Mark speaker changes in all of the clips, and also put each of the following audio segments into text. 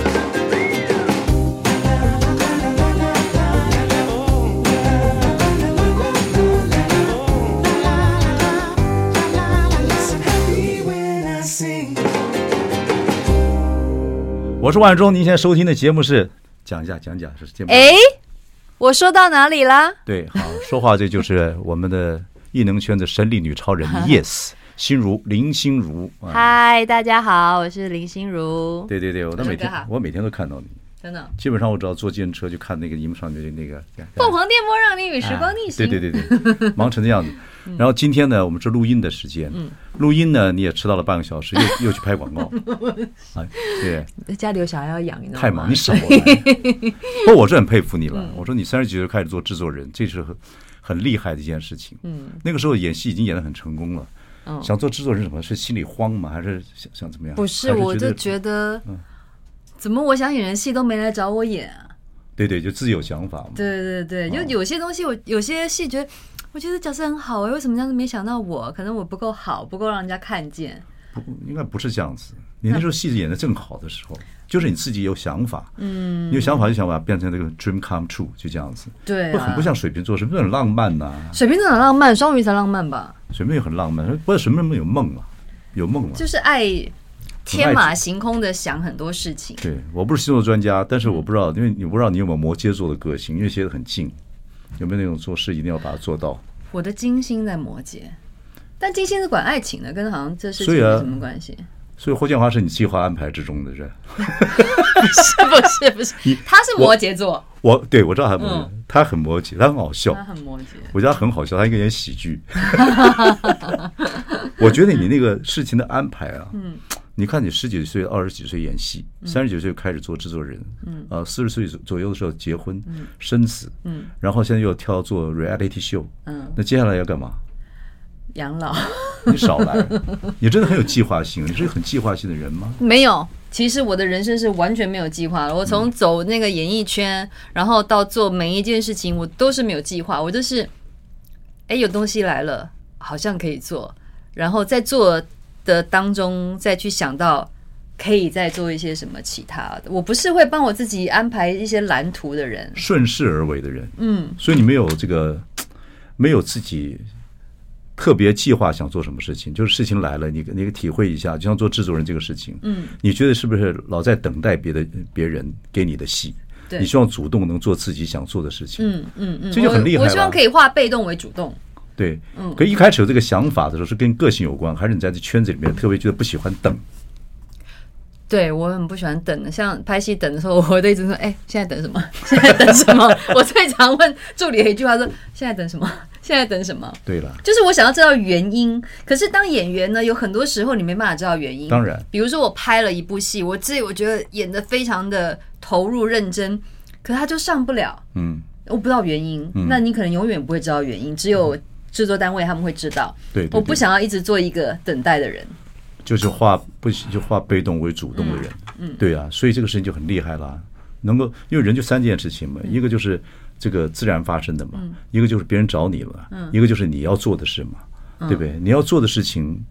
Speaker 1: 我是万忠，您现在收听的节目是讲一下讲讲是节目。
Speaker 2: 哎，我说到哪里啦？
Speaker 1: 对，好，说话这就是我们的异能圈的神力女 超人 Yes 心如林心如啊，
Speaker 2: 嗨，大家好，我是林心如。
Speaker 1: 对对对，我都每天
Speaker 2: 大哥好
Speaker 1: 我每天都看到你，
Speaker 2: 真的，
Speaker 1: 基本上我只要坐计程车就看那个荧幕上面的那个
Speaker 2: 凤凰电波让你与时光逆行。
Speaker 1: 对对对对，忙成这样子。
Speaker 2: 嗯
Speaker 1: 然后今天呢，我们是录音的时间，录音呢你也迟到了半个小时， 又又去拍广告，啊，对，
Speaker 2: 对，家里有小孩要养，你知道吗？
Speaker 1: 太忙，你少来。 不过我是很佩服你
Speaker 2: 嗯
Speaker 1: 了，我说你三十几岁就开始做制作人，这是很很厉害的一件事情。
Speaker 2: 嗯，
Speaker 1: 那个时候演戏已经演得很成功了，
Speaker 2: 嗯
Speaker 1: 想做制作人什么是心里慌吗？还是想想怎么样？
Speaker 2: 不是，
Speaker 1: 还
Speaker 2: 我
Speaker 1: 觉
Speaker 2: 就
Speaker 1: 得嗯
Speaker 2: 觉得，怎么我想演的戏都没来找我演啊？
Speaker 1: 对对，就自己有想法嘛。
Speaker 2: 对对对，就
Speaker 1: 哦
Speaker 2: 有些东西我，有些戏觉得，我觉得角色很好哎、为什么这样子没想到我？可能我不够好，不够让人家看见。
Speaker 1: 不，应该不是这样子。你那时候戏演得正好的时候，就是你自己有想法，嗯，你有想法就想把它变成那个 dream come true，就这样子。
Speaker 2: 对、
Speaker 1: 不
Speaker 2: 啊，
Speaker 1: 很不像水瓶座，水瓶座很浪漫呐、
Speaker 2: 水瓶座很浪漫，双鱼才浪漫吧？
Speaker 1: 水瓶座很浪漫，不是水瓶座有梦嘛，有梦嘛。
Speaker 2: 就是爱天马行空的想很多事情。
Speaker 1: 对，我不是星座专家，但是我不知道，因为你不知道你有没有摩羯座的个性，因为写的很近，有没有那种做事一定要把它做到？
Speaker 2: 我的金星在摩羯，但金星是管爱情的，跟好像这事情
Speaker 1: 所以
Speaker 2: 没
Speaker 1: 啊
Speaker 2: 什么关系。
Speaker 1: 所以霍建华是你计划安排之中的人。
Speaker 2: 是不是不是，他是摩羯座，
Speaker 1: 我对我知道他很摩羯
Speaker 2: 嗯
Speaker 1: 他很摩羯，他很好笑
Speaker 2: 他，很摩羯。
Speaker 1: 我觉得他很好笑，他应该演喜 剧。我觉得你那个事情的安排啊，嗯，你看你十几岁、二十几岁演戏，三十几岁开始做制作人，嗯，呃，四十岁左右的时候结婚、生子，嗯，然后现在又跳到做 reality show，
Speaker 2: 嗯，
Speaker 1: 那接下来要干 嘛？
Speaker 2: 养老
Speaker 1: 你少来，你真的很有计划性，你是一个很计划性的人吗？
Speaker 2: 没有。其实我的人生是完全没有计划的。我从走那个演艺圈，然后到做每一件事情，我都是没有计划。我就是，哎，有东西来了，好像可以做，然后在做的当中再去想到可以再做一些什么其他的。我不是会帮我自己安排一些蓝图的人，
Speaker 1: 顺势而为的人，
Speaker 2: 嗯，
Speaker 1: 所以你没有这个，没有自己特别计划想做什么事情，就是事情来了，你你体会一下，就像做制作人这个事情，嗯，你觉得是不是老在等待别的别人给你的戏？
Speaker 2: 对
Speaker 1: 你希望主动能做自己想做的事情，
Speaker 2: 嗯嗯嗯，
Speaker 1: 这就很厉害
Speaker 2: 我。我
Speaker 1: 了
Speaker 2: 希望可以嗯化被动为主动。
Speaker 1: 对。可一开始有这个想法的时候，是跟个性有关，还是你在这圈子里面特别觉得不喜欢等？
Speaker 2: 对我很不喜欢等的，像拍戏等的时候，我都一直说：“哎、现在等什 么？现在等什 么？”我最常问助理的一句话说：“现在等什么？现在等什么
Speaker 1: 对了，？”
Speaker 2: 就是我想要知道原因。可是当演员呢，有很多时候你没办法知道原因。
Speaker 1: 当然，
Speaker 2: 比如说我拍了一部戏，我自己我觉得演的非常的投入认真，可他就上不了，
Speaker 1: 嗯，
Speaker 2: 我不知道原因。那你可能永远不会知道原因，只有制作单位他们会知道。
Speaker 1: 嗯对对对
Speaker 2: 我不想要一直做一个等待的人。
Speaker 1: 就是化不就化被动为主动的人，嗯，对啊，所以这个事情就很厉害啦。能够，因为人就三件事情嘛，一个就是这个自然发生的嘛，一个就是别人找你了，一个就是你要做的事嘛，对不对？你要做的事情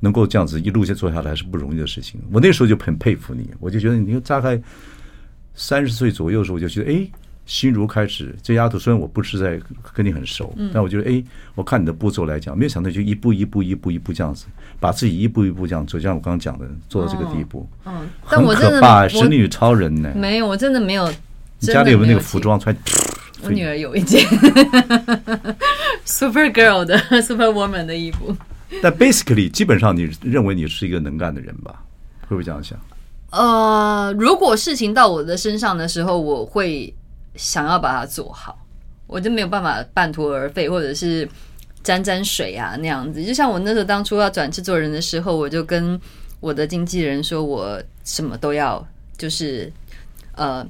Speaker 1: 能够这样子一路先做下来是不容易的事情。我那时候就很佩服你，我就觉得你大概三十岁左右的时候，我就觉得哎，心如开始这丫头虽然我不是在跟你很熟，
Speaker 2: 嗯
Speaker 1: 但我觉得哎，我看你的步骤来讲，没有想到就一步一步一步一步这样子，把自己一步一步这样走，就像我刚刚讲的，做到这个地步，
Speaker 2: 嗯，但
Speaker 1: 很
Speaker 2: 我真
Speaker 1: 可
Speaker 2: 的
Speaker 1: 怕，
Speaker 2: 我
Speaker 1: 神力女超人呢。
Speaker 2: 没有，我真的没有。
Speaker 1: 你家里有没有那个
Speaker 2: 真的
Speaker 1: 服？装穿？
Speaker 2: 我女儿有一件 Super Girl 的 Super Woman 的衣服。
Speaker 1: 但 basically 基本上你认为你是一个能干的人吧？会不会这样想？
Speaker 2: 呃，如果事情到我的身上的时候，我会想要把它做好，我就没有办法半途而废，或者是沾沾水啊那样子。就像我那时候当初要转制作人的时候，我就跟我的经纪人说，我什么都要，就是呃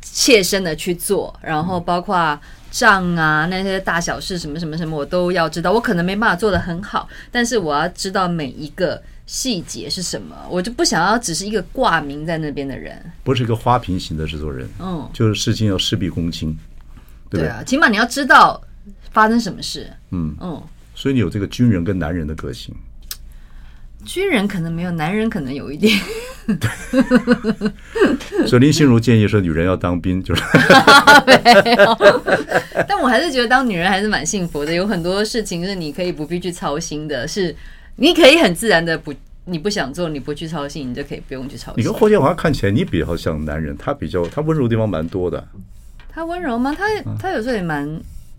Speaker 2: 切身的去做，然后包括账啊那些大小事什么什么什么，我都要知道。我可能没办法做得很好，但是我要知道每一个细节是什么，我就不想要只是一个挂名在那边的人。
Speaker 1: 不是一个花瓶型的制作人，
Speaker 2: 嗯，
Speaker 1: 就是事情要事必躬亲，对不
Speaker 2: 对
Speaker 1: 对？
Speaker 2: 啊，起码你要知道发生什么事。
Speaker 1: 嗯，
Speaker 2: 嗯，
Speaker 1: 所以你有这个军人跟男人的个性，
Speaker 2: 军人可能没有，男人可能有一点。
Speaker 1: 所以林心如建议说，女人要当兵，就是
Speaker 2: 但我还是觉得当女人还是蛮幸福的，有很多事情是你可以不必去操心的，是你可以很自然的不，你不想做，你不去操心，你就可以不用去操
Speaker 1: 你
Speaker 2: 心
Speaker 1: 跟。霍建华看起来你比较像男人，他比较他温柔的地方蛮多的。
Speaker 2: 他温柔吗？他他有时候也蛮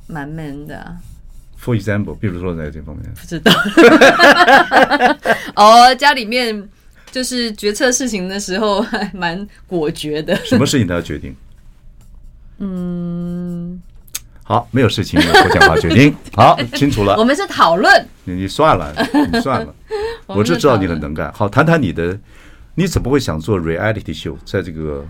Speaker 2: 蛮 man 的、啊，
Speaker 1: For example，比如说在这方面，
Speaker 2: 不知道。哦，家里面就是决策事情的时候 还蛮果决的。
Speaker 1: 什么事情他要决定？嗯，
Speaker 2: 嗯
Speaker 1: 好，没有事情由霍建华决定。好，清楚了
Speaker 2: 我，们是讨论，
Speaker 1: 你你算了，你算了，
Speaker 2: 我们
Speaker 1: 我就知道你很
Speaker 2: 讨论。
Speaker 1: 能干。好，谈谈你的，你怎么会想做 reality show？在这个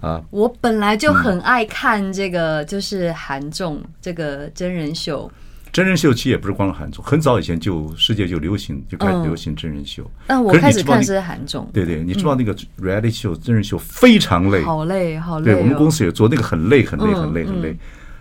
Speaker 1: 啊，
Speaker 2: 我本来就很爱看这个，就是韩综这个真人秀。
Speaker 1: 真人秀其实也不是光是韩综，很早以前就世界就流行，就开始
Speaker 2: 嗯
Speaker 1: 流行真人秀。
Speaker 2: 但呃我
Speaker 1: 可是
Speaker 2: 开
Speaker 1: 你
Speaker 2: 始
Speaker 1: 知道
Speaker 2: 看
Speaker 1: 那
Speaker 2: 是韩综，
Speaker 1: 对对，你知道那个 reality show 真人秀非常累，
Speaker 2: 嗯好累，好累、
Speaker 1: 对
Speaker 2: 哦。
Speaker 1: 我们公司也做那个很累，很累，
Speaker 2: 嗯
Speaker 1: 很累，很累。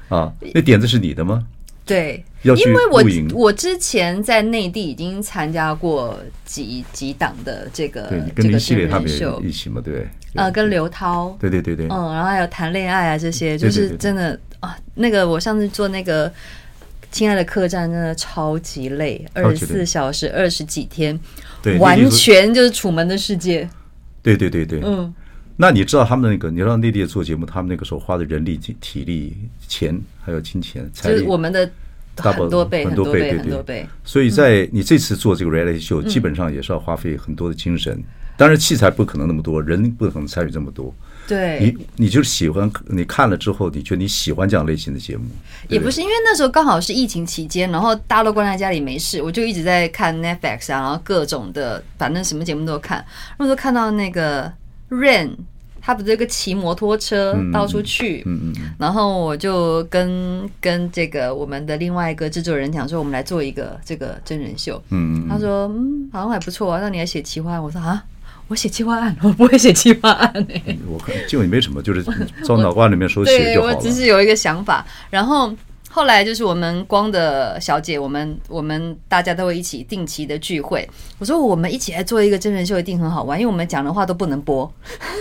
Speaker 1: 啊，那点子是你的吗？
Speaker 2: 对，
Speaker 1: 要去
Speaker 2: 因为我
Speaker 1: 露营
Speaker 2: 我之前在内地已经参加过几几档的这个
Speaker 1: 对你跟
Speaker 2: 这
Speaker 1: 林
Speaker 2: 个
Speaker 1: 熙
Speaker 2: 真
Speaker 1: 蕾他
Speaker 2: 人
Speaker 1: 们也
Speaker 2: 秀
Speaker 1: 一，起嘛，对不对？
Speaker 2: 呃，跟刘涛，
Speaker 1: 对对对对，
Speaker 2: 嗯，然后还有谈恋爱啊这些，
Speaker 1: 对
Speaker 2: 就
Speaker 1: 对对
Speaker 2: 是真的啊，那个我上次做那个。亲爱的客栈真的超级累，
Speaker 1: 超
Speaker 2: 二
Speaker 1: 级
Speaker 2: 十
Speaker 1: 累
Speaker 2: 四小时、二十几天，
Speaker 1: 对，内
Speaker 2: 完
Speaker 1: 地做
Speaker 2: 全就是楚门的世界。
Speaker 1: 对对对对。
Speaker 2: 嗯，
Speaker 1: 那你知道他们那个，你知道内地做节目，他们那个时候花的人力、体体力、钱，还有金钱、财
Speaker 2: 就是
Speaker 1: 力，
Speaker 2: 我们的
Speaker 1: double，
Speaker 2: 很多倍、
Speaker 1: 很
Speaker 2: 很
Speaker 1: 多
Speaker 2: 多
Speaker 1: 倍对
Speaker 2: 倍、很
Speaker 1: 对
Speaker 2: 多倍。
Speaker 1: 所以
Speaker 2: 嗯
Speaker 1: 在你这次做这个 reality show，基本上也是要花费很多的精神。当然，器材不可能那么多，人不可能参与这么多。
Speaker 2: 对，
Speaker 1: 你你就是喜欢，你看了之后，你觉得你喜欢这样类型的节目，对
Speaker 2: 也
Speaker 1: 对
Speaker 2: 不是因为那时候刚好是疫情期间，然后大家都关在家里没事，我就一直在看 Netflix 啊，然后各种的，反正什么节目都有看。那时候看到那个 Rain，他不是有个骑摩托车到处去，
Speaker 1: 嗯嗯，
Speaker 2: 然后我就跟跟这个我们的另外一个制作人讲说，我们来做一个这个真人秀。
Speaker 1: 嗯嗯
Speaker 2: 他说嗯，好像还不错啊，那你来写企划案。我说啊，我写企划案，我不会写企划案、欸。
Speaker 1: 嗯，我看就你没什么，就是照脑瓜里面手写
Speaker 2: 对
Speaker 1: 就好
Speaker 2: 我
Speaker 1: 了。
Speaker 2: 只是有一个想法，然后。后来就是我们光的小姐，我们我们大家都会一起定期的聚会。我说我们一起来做一个真人秀，一定很好玩，因为我们讲的话都不能播，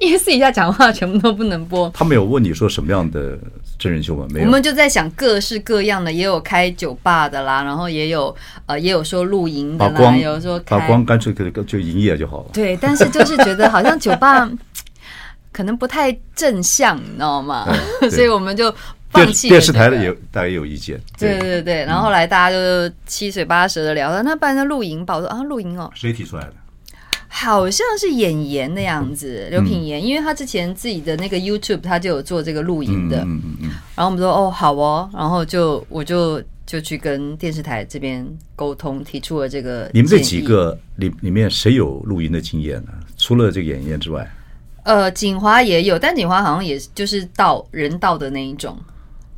Speaker 2: 因为私底下讲话全部都不能播。
Speaker 1: 他们有问你说什么样的真人秀吗？没
Speaker 2: 我
Speaker 1: 有，
Speaker 2: 们就在想各式各样的，也有开酒吧的啦，然后也有呃也有说露营
Speaker 1: 把
Speaker 2: 的啦，
Speaker 1: 光
Speaker 2: 有说开
Speaker 1: 把光干脆就就营业就好了。
Speaker 2: 对，但是就是觉得好像酒吧可能不太正向，你知道吗
Speaker 1: 嗯？ 对
Speaker 2: 所以我们就放
Speaker 1: 电
Speaker 2: 弃了
Speaker 1: 电视台
Speaker 2: 这
Speaker 1: 的
Speaker 2: 个
Speaker 1: 也大家也有意见，
Speaker 2: 对对对，然后后来大家就七嘴八舌的聊到，那不然就露营吧。我说啊，露营哦，
Speaker 1: 谁提出来的？
Speaker 2: 好像是演员的样子，刘品言，因为他之前自己的那个 YouTube 他就有做这个露
Speaker 1: 嗯
Speaker 2: 营的，
Speaker 1: 嗯嗯嗯，
Speaker 2: 然后我们说哦好哦，然后就我就就去跟电视台这边沟通，提出了这个
Speaker 1: 你们这
Speaker 2: 建
Speaker 1: 几
Speaker 2: 议
Speaker 1: 个里里面谁有露营的经验呢？除了这个演员之外，
Speaker 2: 呃锦华也有，但锦华好像也就是到人到的那一种，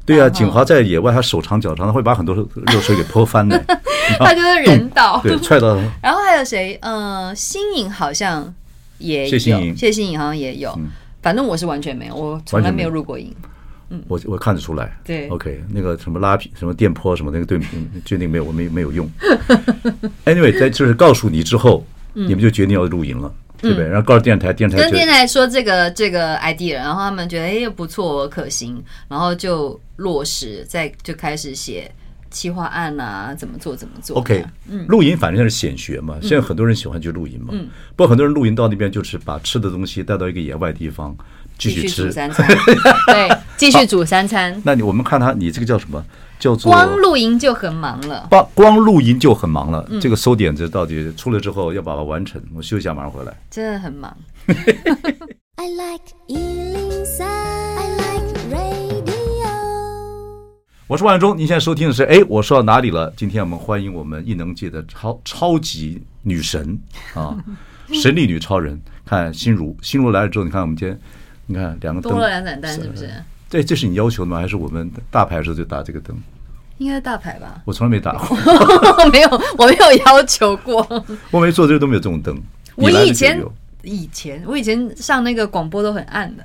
Speaker 1: 对啊，
Speaker 2: 然后
Speaker 1: 锦华在野外，他手长脚长，他会把很多热水给泼翻的，
Speaker 2: 他就是人到，
Speaker 1: 啊对，踹到
Speaker 2: 然后还有谁？呃，新颖好像也有，
Speaker 1: 谢欣颖嗯
Speaker 2: 谢欣颖好像也有。反正我是完全没有，我从来没有入过营。
Speaker 1: 我我看得出来。
Speaker 2: 对
Speaker 1: ，OK，那个什么拉皮、什么电波、什么那个对，嗯决定没有，我没没有用。Anyway，在就是告诉你之后，
Speaker 2: 嗯
Speaker 1: 你们就决定要露营了，对不对？然后告诉电视台，电视台
Speaker 2: 跟
Speaker 1: 就
Speaker 2: 电台说这个这个 idea，然后他们觉得哎不错，可行，然后就落实，再就开始写企划案啊，怎么做怎么做。
Speaker 1: OK，露
Speaker 2: 嗯
Speaker 1: 营反正是显学嘛，现在很多人喜欢去露营嘛。不过很多人露营到那边就是把吃的东西带到一个野外地方继
Speaker 2: 继
Speaker 1: 续
Speaker 2: 续煮
Speaker 1: 吃。
Speaker 2: 三餐， 对，继续煮三餐。
Speaker 1: 那你我们看他，你这个叫什么？叫做
Speaker 2: 光露营就很忙了，
Speaker 1: 光光露营就很忙
Speaker 2: 嗯
Speaker 1: 了。这个馊点子到底出了之后要把它完成。我休息一下，马上回来。
Speaker 2: 真的很忙。
Speaker 3: I like Ealing Sound. I like radio.
Speaker 1: 我是万忠，您现在收听的是哎，我说到哪里了？今天我们欢迎我们艺能界的超超级女神啊， 神力女超人。看心如，心如来了之后，你看我们今天，你看两个灯
Speaker 2: 多了两盏灯是不是？
Speaker 1: 对，这是你要求的吗？还是我们大牌时候就打这个灯？
Speaker 2: 应该大牌吧？
Speaker 1: 我从来没打过，
Speaker 2: 没有，我没有要求过。
Speaker 1: 我没做这都没有这种灯。
Speaker 2: 我
Speaker 1: 你来了
Speaker 2: 以
Speaker 1: 就
Speaker 2: 前
Speaker 1: 有
Speaker 2: 以前我以前上那个广播都很暗的，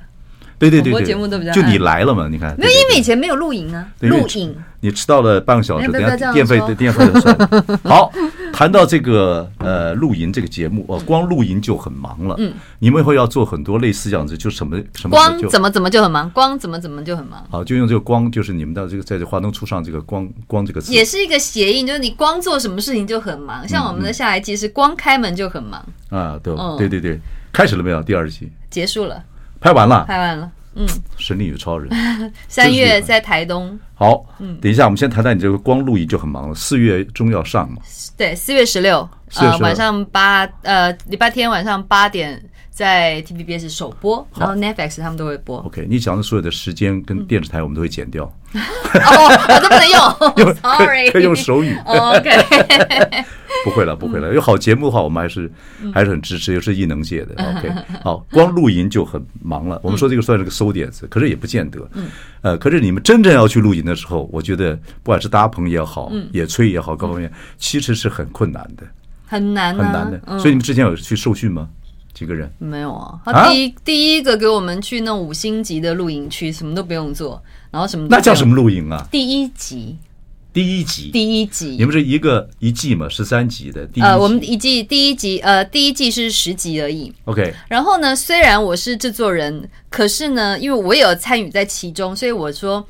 Speaker 1: 对对对
Speaker 2: 广播
Speaker 1: 对，
Speaker 2: 节目都比较
Speaker 1: 就你
Speaker 2: 暗
Speaker 1: 来了嘛？你看，
Speaker 2: 没
Speaker 1: 对
Speaker 2: 有，
Speaker 1: 对
Speaker 2: 因为
Speaker 1: 对
Speaker 2: 以前没有录影啊，
Speaker 1: 对因为
Speaker 2: 录影
Speaker 1: 你迟到了半个小时，
Speaker 2: 哎不
Speaker 1: 等
Speaker 2: 要
Speaker 1: 下
Speaker 2: 这样
Speaker 1: 电费
Speaker 2: 说
Speaker 1: 电费就算 了。好，谈到这个呃露营这个节目，哦，光露营就很忙了。嗯，你们以后要做很多类似这样子，就什么什么
Speaker 2: 光
Speaker 1: 就
Speaker 2: 怎么怎么就很忙，光怎么怎么就很忙，
Speaker 1: 好，就用这个光，就是你们到这个在这华灯初上这个光光这个词
Speaker 2: 也是一个谐音，就是你光做什么事情就很忙。像我们
Speaker 1: 嗯
Speaker 2: 的下一季是光开门就很忙，
Speaker 1: 啊，对
Speaker 2: 嗯
Speaker 1: 对对对，开始了没有？第二季
Speaker 2: 结束了，
Speaker 1: 拍完了，
Speaker 2: 拍完了。嗯，
Speaker 1: 《神力与 超人》
Speaker 2: 三
Speaker 1: 这是一
Speaker 2: 月
Speaker 1: 个
Speaker 2: 在台东，
Speaker 1: 好，
Speaker 2: 嗯
Speaker 1: 等一下，我们先谈谈你这个光露营就很忙了，四月中要上嘛，
Speaker 2: 对，四月十六，
Speaker 1: 4月
Speaker 2: 呃，
Speaker 1: 16
Speaker 2: 晚上八，呃，礼拜天晚上八点在 TVBS 首播，然后 Netflix 他们都会播。哦，
Speaker 1: OK，你讲的所有的时间
Speaker 2: 嗯
Speaker 1: 跟电视台我们都会剪掉，
Speaker 2: 我哦都不 能
Speaker 1: 因为
Speaker 2: 用
Speaker 1: 可以
Speaker 2: ，sorry。哦
Speaker 1: 可以用手语。
Speaker 2: OK，
Speaker 1: 不会
Speaker 2: 嗯
Speaker 1: 了，不会了。有好节目的话，我们还是还是很支持，又是艺能界 的。OK，好，光露营就很忙
Speaker 2: 嗯
Speaker 1: 了。我们说这个算是个馊点子，可是也不见得。呃，可是你们真正要去露营的时候，我觉得不管是搭棚也好，
Speaker 2: 嗯
Speaker 1: 野炊也好，各方面其实是很困难的，
Speaker 2: 很难、啊，
Speaker 1: 很难的。
Speaker 2: 嗯
Speaker 1: 所以你们之前有去受训吗？几个人？
Speaker 2: 没有啊，
Speaker 1: 啊
Speaker 2: 他第一、第一个给我们去那种五星级的露营区，什么都不用做，然后什么都
Speaker 1: 那叫
Speaker 2: 不用
Speaker 1: 什么？露营啊？
Speaker 2: 第一集，
Speaker 1: 第一集，
Speaker 2: 第一
Speaker 1: 你
Speaker 2: 集，
Speaker 1: 们是一个一季嘛？十三集的第一
Speaker 2: 呃，我们
Speaker 1: 集。
Speaker 2: 一季第一集，呃，第一季是十集而已。
Speaker 1: OK，
Speaker 2: 然后呢，虽然我是制作人，可是呢，因为我也有参与在其中，所以我说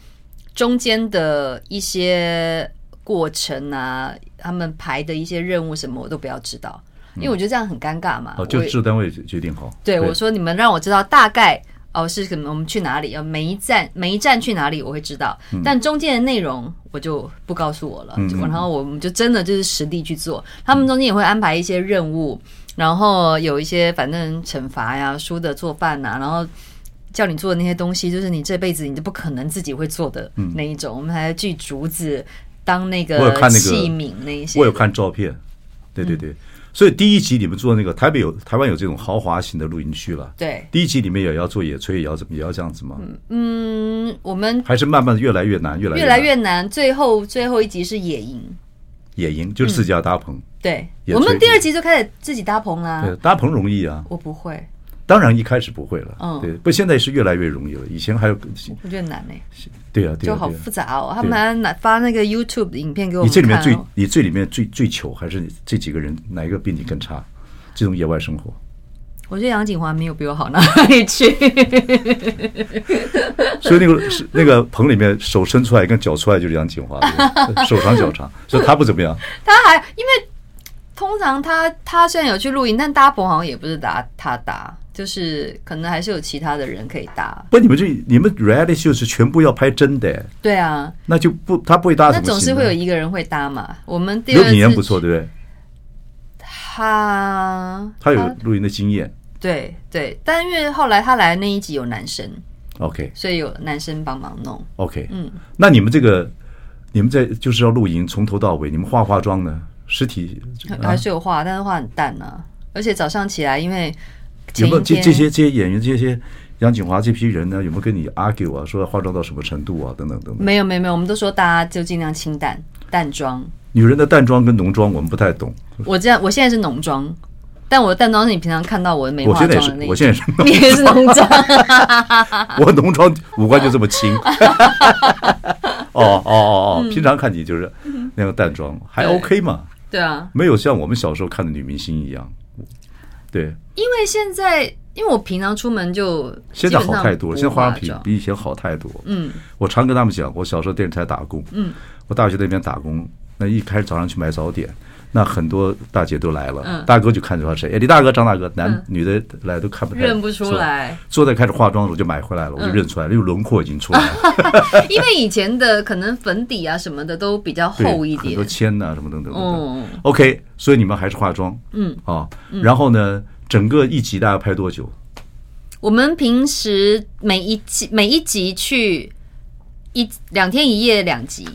Speaker 2: 中间的一些过程啊，他们排的一些任务什么，我都不要知道，因为我觉得这样很尴尬嘛。
Speaker 1: 好，哦就
Speaker 2: 啊我
Speaker 1: 制作单位决定好。
Speaker 2: 对，我说你们让我知道大概哦是什么，我们去哪里，呃每一站每一站去哪里我会知道，但中间的内容我就不告诉我了。
Speaker 1: 嗯
Speaker 2: 就
Speaker 1: 嗯
Speaker 2: 然后我们就真的就是实地去做，他们中间也会安排一些任务，然后有一些反正惩罚呀、输的做饭呐、然后。叫你做的那些东西，就是你这辈子你都不可能自己会做的那一种。我们还锯竹子当那
Speaker 1: 我有
Speaker 2: 个
Speaker 1: 看那个
Speaker 2: 器皿那一些，
Speaker 1: 我有看照片，对对对。所以第一集你们做那个台北有台湾有这种豪华型的露营区了。
Speaker 2: 对，
Speaker 1: 第一集里面也要做野炊，也要怎么也要这样子吗？
Speaker 2: 嗯，我们
Speaker 1: 还是慢慢地越来越难，越来
Speaker 2: 越来
Speaker 1: 难
Speaker 2: 越难。最后最后一集是野营，
Speaker 1: 野营，
Speaker 2: 嗯
Speaker 1: 就是自己要搭棚。
Speaker 2: 对，
Speaker 1: 也
Speaker 2: 我
Speaker 1: 吹
Speaker 2: 们第
Speaker 1: 笛
Speaker 2: 二集就开始自己搭棚啦、
Speaker 1: 对，搭棚容易啊，
Speaker 2: 我不会，
Speaker 1: 当然一开始不会了，
Speaker 2: 嗯
Speaker 1: 对，不，现在是越来越容易了。以前还有，
Speaker 2: 我觉得难哎、
Speaker 1: 对啊，对
Speaker 2: 就
Speaker 1: 啊，
Speaker 2: 好
Speaker 1: 对啊
Speaker 2: 复。杂哦。他们还拿发那个 YouTube 的影片给我
Speaker 1: 你
Speaker 2: 们
Speaker 1: 这
Speaker 2: 看、哦。
Speaker 1: 里面最，你最里面最最糗，还是你这几个人哪一个比你更差？这种野外生 活，
Speaker 2: 我觉得杨景华没有比我好哪里去。
Speaker 1: 所以那个是那个棚里面手伸出来跟脚出来就是杨锦华，对 吧手长脚长，所以他不怎么样。
Speaker 2: 他还因为通常他他虽然有去露营，但搭棚好像也不是搭他搭，就是可能还是有其他的人可以搭。
Speaker 1: 不，你们这你们 reality show 是全部要拍真的，
Speaker 2: 对啊，
Speaker 1: 那就不他不会搭什
Speaker 2: 那
Speaker 1: 么戏呢。
Speaker 2: 总是会有一个人会搭嘛。我们第
Speaker 1: 刘
Speaker 2: 二
Speaker 1: 品言
Speaker 2: 次
Speaker 1: 不错，对不对？
Speaker 2: 他
Speaker 1: 他有露营的经验。
Speaker 2: 对对，但因为后来他来那一集有男生，
Speaker 1: OK
Speaker 2: 所以有男生帮忙弄。
Speaker 1: OK，
Speaker 2: 嗯，
Speaker 1: 那你们这个你们在就是要露营，从头到尾，你们化化妆呢？实体啊
Speaker 2: 还，是有画，但是画很淡啊。而且早上起来，因为
Speaker 1: 有
Speaker 2: 前
Speaker 1: 没
Speaker 2: 一
Speaker 1: 有这
Speaker 2: 天
Speaker 1: 这些这些演员这些杨锦华这批人呢？有没有跟你 argue 啊？说要化妆到什么程度啊？等等等等。
Speaker 2: 没有没有没有，我们都说大家就尽量清淡淡妆。
Speaker 1: 女人的淡妆跟浓妆我们不太懂，
Speaker 2: 我这样，我现在是浓妆，但我的淡妆是你平常看到我没
Speaker 1: 我
Speaker 2: 化
Speaker 1: 现在也
Speaker 2: 妆
Speaker 1: 是
Speaker 2: 的那，
Speaker 1: 我
Speaker 2: 一种。
Speaker 1: 现在也是，
Speaker 2: 你也是 浓妆，
Speaker 1: 我浓妆五官就这么轻。 哦哦哦哦，平常看你就是那个淡妆，还
Speaker 2: 嗯对
Speaker 1: OK 嘛？
Speaker 2: 对啊，
Speaker 1: 没有像我们小时候看的女明星一样，对，
Speaker 2: 因为现在因为我平常出门就
Speaker 1: 现在好太多了，
Speaker 2: 基
Speaker 1: 现在
Speaker 2: 本上不化
Speaker 1: 化妆品
Speaker 2: 妆
Speaker 1: 比以前好太多。
Speaker 2: 嗯，
Speaker 1: 我常跟他们讲，我小时候电视台打工，
Speaker 2: 嗯，
Speaker 1: 我大学那边打工，那一开始早上去买早点，那很多大姐都来了，
Speaker 2: 嗯
Speaker 1: 大哥就看出来谁，哎，李大哥、张大哥，男、
Speaker 2: 嗯
Speaker 1: 女的来都看不太
Speaker 2: 认不出。来，嗯
Speaker 1: 坐在开始化妆的时候就买回来了，我就认出来了，因为轮廓已经出来了，
Speaker 2: 因为以前的可能粉底啊什么的都比较
Speaker 1: 对，
Speaker 2: 厚一
Speaker 1: 很
Speaker 2: 点
Speaker 1: 多。铅呐、什么等等等等。
Speaker 2: 嗯，
Speaker 1: OK，所以你们还是化妆，
Speaker 2: 嗯
Speaker 1: 啊，然后呢，整个一集大概拍多久？
Speaker 2: 我们平时每一集每一集去一两天一夜两集，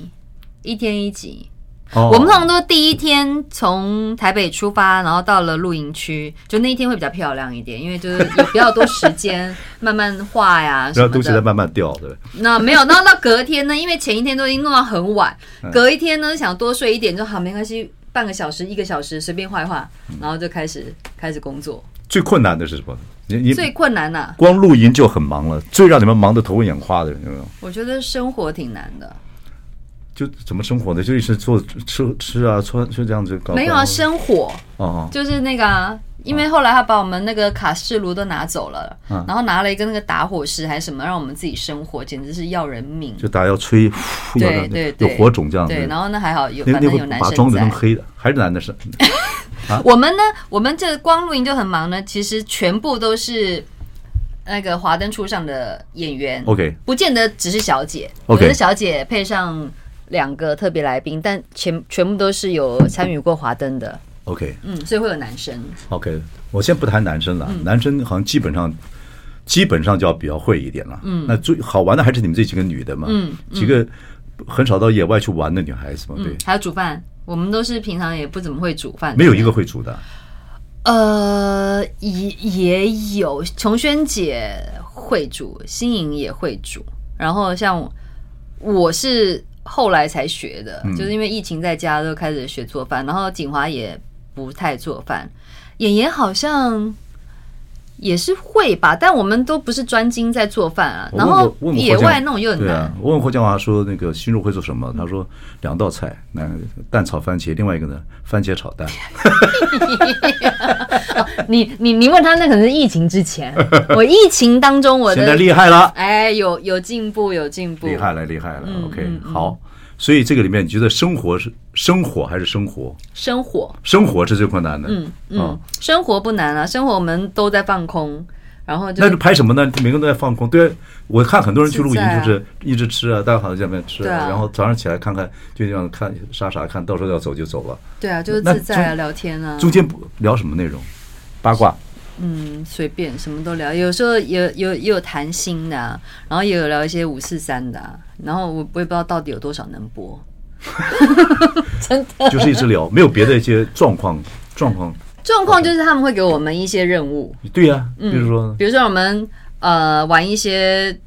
Speaker 2: 一天一集，
Speaker 1: 哦
Speaker 2: 我们通常都第一天从台北出发，然后到了露营区，就那一天会比较漂亮一点，因为就是有比较多时间慢慢 画呀什
Speaker 1: 然后
Speaker 2: 么
Speaker 1: 东西在
Speaker 2: 的。
Speaker 1: 慢慢掉，对吧？
Speaker 2: 那没有，那到隔天呢，因为前一天都已经弄到很晚，隔一天呢想多睡一点就好，没关系，半个小时、一个小时随便画一画，然后就开始开始工作。
Speaker 1: 最困难的是什么？你你
Speaker 2: 最困难呐、啊
Speaker 1: 光露营就很忙了，最让你们忙得头昏眼花的，有没有？
Speaker 2: 我觉得生活挺难的。
Speaker 1: 就怎么生活呢？就一直做吃吃啊，穿就这样子搞。
Speaker 2: 没有啊，生火
Speaker 1: 哦，
Speaker 2: 就是那个啊，因为后来他把我们那个卡式炉都拿走了，
Speaker 1: 嗯
Speaker 2: 然后拿了一个那个打火石还是什么，让我们自己生火，简直是要人命。
Speaker 1: 就大家要吹，呼要这
Speaker 2: 对
Speaker 1: 样
Speaker 2: 对
Speaker 1: 子
Speaker 2: 对，
Speaker 1: 有火种这样子。
Speaker 2: 对，然后那还好有，
Speaker 1: 那
Speaker 2: 反
Speaker 1: 那
Speaker 2: 正
Speaker 1: 会
Speaker 2: 有男
Speaker 1: 把
Speaker 2: 生
Speaker 1: 妆子
Speaker 2: 在
Speaker 1: 弄。黑的，还是男的是？
Speaker 2: 我们呢，我们这光露营就很忙呢，其实全部都是。那个华灯初上的演员
Speaker 1: OK
Speaker 2: 不见得只是小姐
Speaker 1: OK
Speaker 2: 有的小姐配上两个特别来宾，但全全部都是有参与过华灯的，
Speaker 1: OK
Speaker 2: 嗯，所以会有男生。
Speaker 1: OK，我先不谈男生
Speaker 2: 嗯
Speaker 1: 了，男生好像基本上基本上就要比较会一点了。嗯，那最好玩的还是你们这几个女的嘛，嗯，几个很少到野外去玩的女孩子嘛，对
Speaker 2: 嗯，，还有煮饭，我们都是平常也不怎么会煮饭的，
Speaker 1: 没有一个会煮的。
Speaker 2: 呃，也也有琼轩姐会煮，新颖也会煮，然后像我我是后来才学的，
Speaker 1: 嗯
Speaker 2: 就是因为疫情在家都开始学做饭，然后景华也不太做饭，妍妍好像。也是会吧，但我们都不是专精在做饭啊。
Speaker 1: 我
Speaker 2: 然
Speaker 1: 哦问
Speaker 2: 后
Speaker 1: 过问过
Speaker 2: 野
Speaker 1: 霍建
Speaker 2: 外
Speaker 1: 华
Speaker 2: 那种又很
Speaker 1: 对
Speaker 2: 难嗯
Speaker 1: 啊。，我问霍建华说那个新入会做什么，他说两道菜，那蛋炒番茄，另外一个呢番茄炒蛋。
Speaker 2: 哦你你你问他，那可能是疫情 之前。我疫情当中， 我
Speaker 1: 现在
Speaker 2: 的
Speaker 1: 厉害了，
Speaker 2: 哎，有有进步，有进步，
Speaker 1: 厉害了，厉害了。OK，
Speaker 2: 嗯
Speaker 1: 好。所以这个里面，你觉得生活是生活还是生活？
Speaker 2: 生活，
Speaker 1: 生活是最困难的。
Speaker 2: 嗯嗯，
Speaker 1: 啊
Speaker 2: 生活不难啊，生活我们都在放空，然后就
Speaker 1: 那就拍什么呢？每个人都在放空。对啊，我看很多人去露
Speaker 2: 自在
Speaker 1: 营
Speaker 2: 啊
Speaker 1: 就是一直吃啊，大家好像在那边吃
Speaker 2: 对啊
Speaker 1: 然后早上起来看看，就这样看傻傻看，到时候要走就走了。
Speaker 2: 对啊，就是
Speaker 1: 那
Speaker 2: 自在啊，
Speaker 1: 中
Speaker 2: 聊天啊，
Speaker 1: 中间不聊什么内容，八卦。
Speaker 2: 嗯，随便什么都聊，有时候也有也有谈心的、啊，然后也有聊一些五四三的、啊，然后我我也不知道到底有多少能播，
Speaker 1: 就是一直聊，没有别的一些状 况状况。
Speaker 2: 状况就是他们会给我们一些任务，
Speaker 1: 对呀、
Speaker 2: 嗯
Speaker 1: 比如说
Speaker 2: 比如说我们呃玩一些